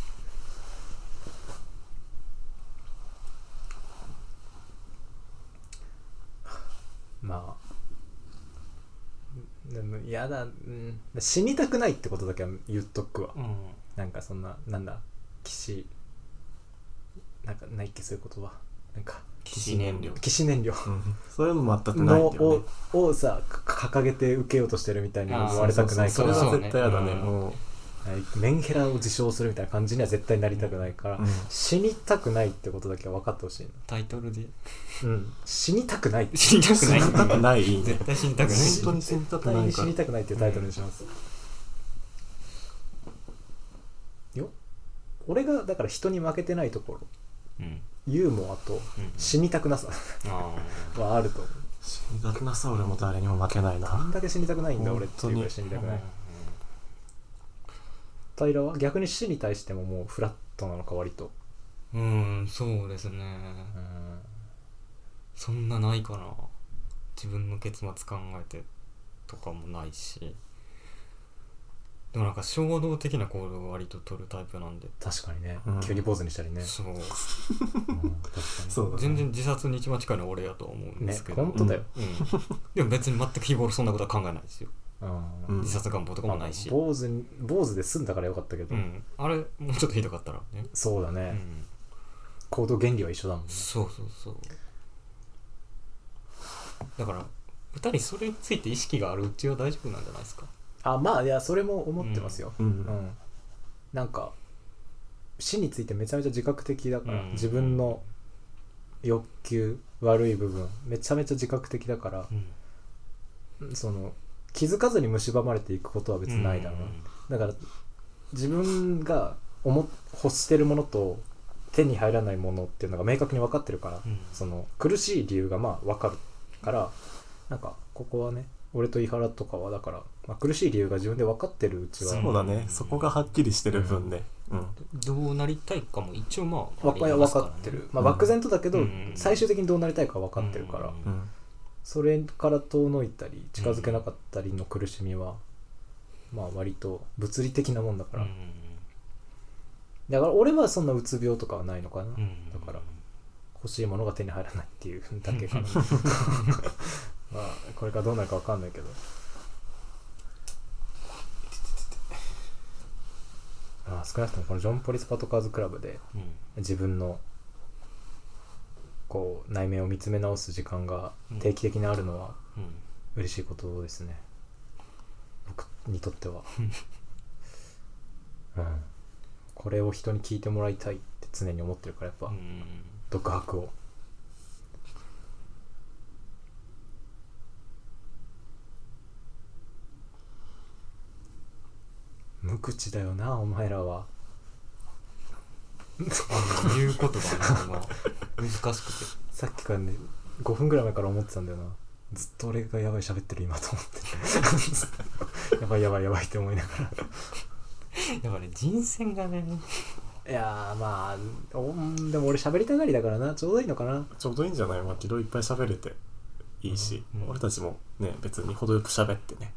Speaker 1: まあでも嫌だ、うん、死にたくないってことだけは言っとくわ
Speaker 3: うん
Speaker 1: なんかそんななんだ騎士なんかないっけそういう言葉なんか
Speaker 3: 騎士燃料
Speaker 1: 騎士燃料
Speaker 2: うんそういうのも全くない
Speaker 1: の
Speaker 2: んだよね
Speaker 1: ををさか掲げて受けようとしてるみたいに思われたくないか
Speaker 2: そ
Speaker 3: そ
Speaker 1: ら
Speaker 2: れ
Speaker 3: うそうそう
Speaker 2: は絶対やだね
Speaker 3: そうね
Speaker 2: もう
Speaker 1: はいメンヘラを自称するみたいな感じには絶対なりたくないから、
Speaker 2: うん
Speaker 1: 死にたくないってことだけは分かってほしい
Speaker 3: タイトルで
Speaker 1: な、うん、死にたくない
Speaker 3: 死にたく
Speaker 2: 死
Speaker 3: な
Speaker 2: にたく
Speaker 3: い
Speaker 2: ないいいね
Speaker 3: 絶対死にたくない
Speaker 2: 本当に死にた
Speaker 1: 絶
Speaker 2: く
Speaker 1: 対
Speaker 2: ない
Speaker 1: に死
Speaker 2: か
Speaker 1: にたくないっていうタイトルにします、よ俺がだから人に負けてないところ
Speaker 3: うん
Speaker 1: ユーモアと
Speaker 3: うん
Speaker 1: 死にたくなさ
Speaker 3: あ
Speaker 1: はあると思う
Speaker 2: 死にたくなさ俺も誰にも負けない
Speaker 1: どん
Speaker 2: な
Speaker 1: だけ死にたくないんだ俺っ
Speaker 2: 本
Speaker 1: て
Speaker 2: 当
Speaker 1: いうぐ
Speaker 2: に
Speaker 1: らい死にた
Speaker 3: ー
Speaker 1: くない平は逆に死に対してももうフラットなのか割と
Speaker 3: うんそうですね
Speaker 1: うん
Speaker 3: そんなないかな自分の結末考えてとかもないしでもなんか衝動的な行動を割と取るタイプなんで
Speaker 1: 確かにね、
Speaker 2: うん
Speaker 1: 急に坊主にした りね、
Speaker 3: そう
Speaker 1: うん確かに
Speaker 2: そうだね
Speaker 3: 全然自殺に一番近いのは俺やとは思うんで
Speaker 1: ね
Speaker 3: すけど、
Speaker 1: 本当だよ、
Speaker 3: うん、でも別に全く日頃そんなことは考えないですよ
Speaker 1: う
Speaker 2: うんん
Speaker 3: 自殺願望とかもないし、
Speaker 1: 坊主に坊主で済んだからよかったけ
Speaker 3: う
Speaker 1: ど、
Speaker 3: ん、あれもうちょっとひどかったらね、
Speaker 1: そうだね、
Speaker 3: うん、
Speaker 1: 行動原理は一緒だもんね
Speaker 3: そうそうそうだから2人それについて意識があるうちは大丈夫なんじゃないですか
Speaker 1: あまあいやそれも思ってますよ、
Speaker 2: う
Speaker 1: うん
Speaker 2: ん。
Speaker 1: なんか死についてめちゃめちゃ自覚的だから、
Speaker 3: うん
Speaker 1: 自分の欲求悪い部分めちゃめちゃ自覚的だから、
Speaker 3: うん
Speaker 1: その気づかずに蝕まれていくことは別にないだろうな、だから自分が思っ欲してるものと手に入らないものっていうのが明確に分かってるから、
Speaker 3: うん
Speaker 1: その苦しい理由がまあ分かるからなんかここはね俺と伊原とかはだから、まあ、苦しい理由が自分で分かってるうちは
Speaker 2: そうだね。そこがはっきりしてる分ね。うん。
Speaker 3: どうなりたいかも一応まあ
Speaker 1: わか
Speaker 3: あり
Speaker 1: 分
Speaker 3: ますら
Speaker 1: か
Speaker 3: ね
Speaker 1: ってる、まあ、
Speaker 2: うん
Speaker 1: 漠然とだけど、
Speaker 3: うん
Speaker 1: 最終的にどうなりたいか分かってるから、
Speaker 3: うん
Speaker 2: うん。
Speaker 1: それから遠のいたり近づけなかったりの苦しみは、まあ割と物理的なもんだから、だから俺はそんなうつ病とかはないのかな、
Speaker 3: うん
Speaker 1: だから欲しいものが手に入らないっていうだけかなまあこれからどうなるか分かんないけどああ少なくともこのジョン・ポリス・パトカーズ・クラブで
Speaker 3: うん
Speaker 1: 自分のこう内面を見つめ直す時間が定期的にあるのは
Speaker 3: うん
Speaker 1: 嬉しいことですね、僕にとっては、うん、これを人に聞いてもらいたいって常に思ってるからやっぱ、
Speaker 3: うん
Speaker 1: 独白を無口だよなお前らは
Speaker 3: あの言うことがなんか難しくて
Speaker 1: さっきからね5分ぐらい前から思ってたんだよなずっと俺がやばい喋ってる今と思ってやばいやばいやばいって思いながら
Speaker 3: だからね人選がね
Speaker 1: いやーまあおんでも俺喋りたがりだからなちょうどいいのかな
Speaker 2: ちょうどいいんじゃないまあ、昨日いっぱい喋れていいし、
Speaker 3: うん
Speaker 2: 俺たちもね、別に程よく喋ってね。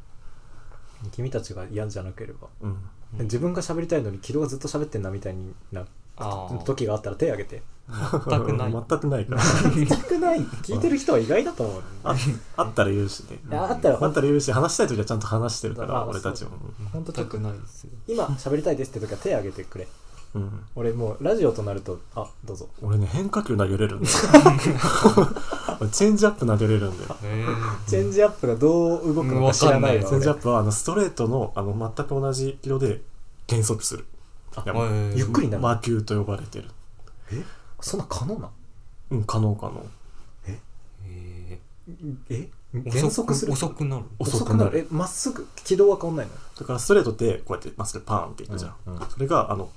Speaker 1: 君たちが嫌じゃなければ、
Speaker 2: うん。
Speaker 1: 自分が喋りたいのに軌道がずっと喋ってんなみたいな
Speaker 3: あー
Speaker 1: 時があったら手挙げて
Speaker 3: 全くな い
Speaker 2: 全くないから。
Speaker 1: 全くない聞いてる人は意外だと思う
Speaker 2: ああったら言うしね。
Speaker 1: いやあったら
Speaker 2: あったら言うし、話したい時はちゃんと話してるか
Speaker 1: まあ
Speaker 2: ら、俺たちも。
Speaker 1: 本当ちょ
Speaker 3: 全
Speaker 1: っと
Speaker 3: くないですよ
Speaker 1: 今喋りたいですって時は手挙げてくれ
Speaker 2: うん。うん
Speaker 1: 俺もうラジオとなるとあどうぞ
Speaker 2: 俺ね、変化球投げれるんだよ。俺チェンジアップ投げれるんだよ。
Speaker 3: へー
Speaker 1: チェンジアップがどう動くのか知らない
Speaker 3: う
Speaker 1: わ
Speaker 2: チ
Speaker 3: んわ
Speaker 2: ェ
Speaker 1: 俺
Speaker 2: ンジアップは、あの、ストレートの、あの、全く同じ軌道で減速する。いや
Speaker 3: へー
Speaker 1: ゆっくりな
Speaker 2: 魔球と呼ばれてる。
Speaker 1: そんな可能な
Speaker 2: うん、可能可能。
Speaker 3: へ
Speaker 1: え
Speaker 3: ー
Speaker 1: 減速する
Speaker 3: 遅くなる
Speaker 1: 遅くなるえまっすぐ軌道は変わんないの
Speaker 2: だからストレートってこうやってまっすぐパーンっていくじゃん、
Speaker 1: うんうん
Speaker 2: それがあの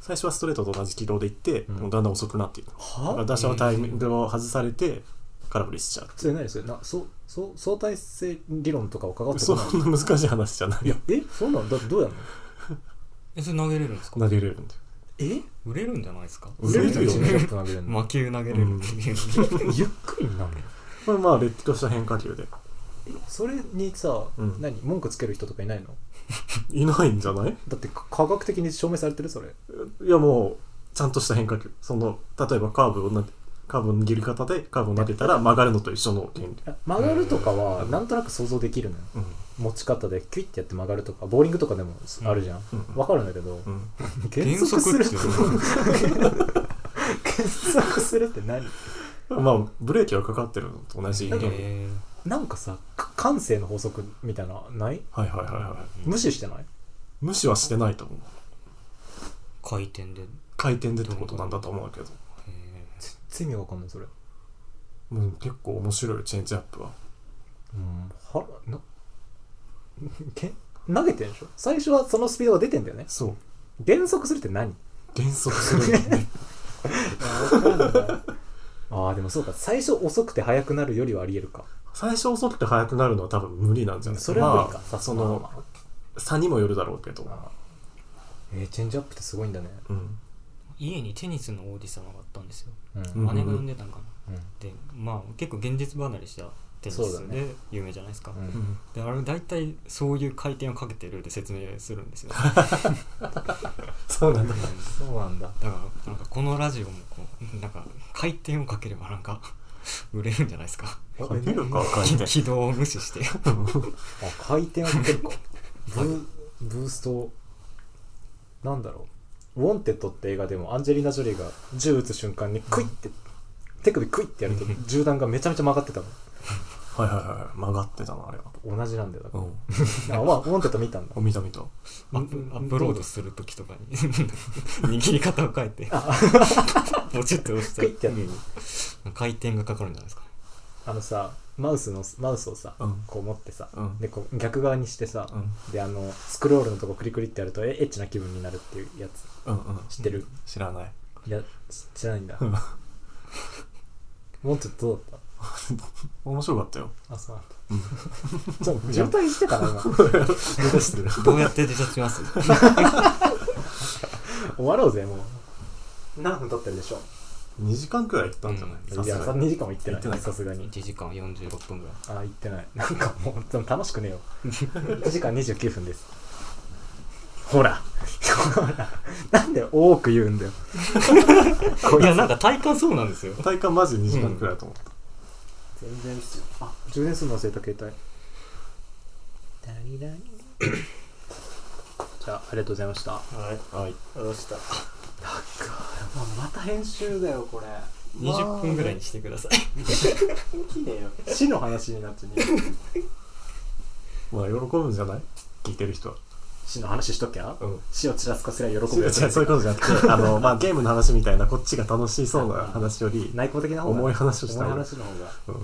Speaker 2: 最初はストレートと同じ軌道でいって、
Speaker 1: うん
Speaker 2: もうだんだん遅くなっていくだから
Speaker 1: は
Speaker 2: 打者はタイミングを外されて空振りしちゃう
Speaker 1: それ何それなそそ相対性理論とかをかかって
Speaker 2: そ
Speaker 1: こ
Speaker 2: ん
Speaker 1: ない
Speaker 2: な難しい話じゃないよ
Speaker 1: えそうなのだどうやんの
Speaker 3: えそれ投げれるんですか
Speaker 2: 投げれるんだよ
Speaker 1: え
Speaker 3: 売れるんじゃないですか
Speaker 2: 売れるよ
Speaker 1: チ ェンジアップ投げれんの
Speaker 3: 魔球投げれるっていう、
Speaker 1: ゆっくりになるの
Speaker 2: これまあ劣化した変化球で
Speaker 1: それにさ、
Speaker 2: うん
Speaker 1: 何文句つける人とかいないの
Speaker 2: いないんじゃない
Speaker 1: だってか科学的に証明されてるそれ
Speaker 2: いやもうちゃんとした変化球その例えばカーブをなカーブの握り方でカーブを投げたら曲がるのと一緒の原理、
Speaker 1: あ曲がるとかは
Speaker 2: うん
Speaker 1: なんとなく想像できるのよ
Speaker 2: うん
Speaker 1: 持ち方でキュイってやって曲がるとかボーリングとかでもあるじゃん、
Speaker 2: うん
Speaker 1: わかるんだけど、
Speaker 2: うん、
Speaker 1: 減速するって
Speaker 3: 減
Speaker 1: 減速するって何
Speaker 2: まあブレーキがかかってるのと同じ原理、
Speaker 3: え
Speaker 1: なんかさか感性の法則みたいなない
Speaker 2: はいはいはいはい
Speaker 3: ー
Speaker 1: 無視してない
Speaker 2: 無視はしてないと思う
Speaker 3: 回転で、
Speaker 2: 回転でってことなんだと思うけど、
Speaker 3: え
Speaker 1: 全然意味わかんないそれ
Speaker 2: うん、結構面白いよチェンジアップは
Speaker 1: うんはな け投げてんでしょ最初はそのスピードが出てんだよね
Speaker 2: そう
Speaker 1: 減速するって何
Speaker 2: 減速するんだよね
Speaker 1: ああでもそうか最初遅くて速くなるよりはありえるか
Speaker 2: 最初遅くて速くなるのは多分無理なんじゃない
Speaker 1: それは無理か、
Speaker 2: ま
Speaker 1: さ
Speaker 2: あ、
Speaker 1: す
Speaker 2: そ
Speaker 1: が
Speaker 2: の差にもよるだろうけど、
Speaker 1: えー、チェンジアップってすごいんだね
Speaker 2: うん、
Speaker 3: 家にテニスの王子様があったんですよ、
Speaker 1: うん
Speaker 2: うん
Speaker 3: 姉が呼んでたんかな
Speaker 1: うん
Speaker 3: でまあ結構現実離れしたテニ
Speaker 1: そうだ
Speaker 3: ス
Speaker 1: ね
Speaker 3: で有名じゃないですか、
Speaker 1: うん
Speaker 2: うん
Speaker 3: であれ大体そういう回転をかけてるで説明するんですよ
Speaker 2: そうなん
Speaker 3: う
Speaker 2: だ
Speaker 3: ん
Speaker 1: そうなんだ
Speaker 3: だからなんかこのラジオもこうなんか回転をかければなんか売れるんじゃないですか
Speaker 2: 書いてるか書い て
Speaker 3: 軌道を無視して
Speaker 1: あ回転をか けるかブーブーストなんだろう「ウォンテッド」って映画でもアンジェリーナ・ジョリーが銃撃つ瞬間にクイッて、手首クイッてやると銃弾がめちゃめちゃ曲がってた
Speaker 2: はいはいはい曲がってたなあれは
Speaker 1: の同じなんだよだか
Speaker 2: うん
Speaker 1: らあまあウォンテッド見たんだ
Speaker 2: お見た見た
Speaker 3: アップアップロードするときとかに握り方を変えてポチッと押し
Speaker 1: クイッて
Speaker 3: て
Speaker 1: やる
Speaker 3: 回転がかかるんじゃないですか
Speaker 1: あのさマウスのマウスをさ、
Speaker 2: うん
Speaker 1: こう持ってさ、
Speaker 2: うん
Speaker 1: でこう逆側にしてさ、
Speaker 2: うん
Speaker 1: であのスクロールのとこクリクリってやるとえエッチな気分になるっていうやつ
Speaker 2: うんうん
Speaker 1: 知ってる、
Speaker 2: 知らない
Speaker 1: いや知知らないんだ
Speaker 2: うん
Speaker 1: もっとどうだっ
Speaker 2: 面白かったよ
Speaker 1: たあそうなんだちょっと渋滞してたな 今
Speaker 2: 目指してる
Speaker 3: どうやって出ちゃってます
Speaker 1: 終わろうぜもう何分撮ってるでしょ
Speaker 2: 2時間くらい行ったんじゃない、
Speaker 3: うん
Speaker 2: さ
Speaker 1: いや
Speaker 2: すが
Speaker 1: 2時間も行ってな
Speaker 2: 行ってないい
Speaker 1: さすがに
Speaker 3: ?1 時間46分ぐらい
Speaker 1: あ行ってないなんかもうでも楽しく ねえよ1時間29分ですほら ほらなんで多く言うん だよこい
Speaker 3: い
Speaker 1: つ
Speaker 3: やなんか体感そうなんですよ
Speaker 2: 体感マジ2時間くらいだと思った、
Speaker 1: 全然ですよあ充電するの忘れた携帯じゃあありがとうございました
Speaker 3: はい
Speaker 2: はい
Speaker 3: どうした
Speaker 1: また編集だよこれ
Speaker 3: 20分ぐらいにしてください
Speaker 1: 起きねえよ死の話になっちゃう
Speaker 2: まあ喜ぶんじゃない聞いてる人は
Speaker 1: 死の話しときゃ
Speaker 2: うん
Speaker 1: 死をちらつかせりゃ喜
Speaker 2: 違う
Speaker 1: ぶ
Speaker 2: 違
Speaker 1: や
Speaker 2: う
Speaker 1: つ
Speaker 2: そういうことじゃなくてあの、まあ、ゲームの話みたいなこっちが楽しそうな話より
Speaker 1: 内向的な方が
Speaker 2: 重い話をした
Speaker 1: 重い
Speaker 2: 方が
Speaker 1: 話の方が
Speaker 2: うん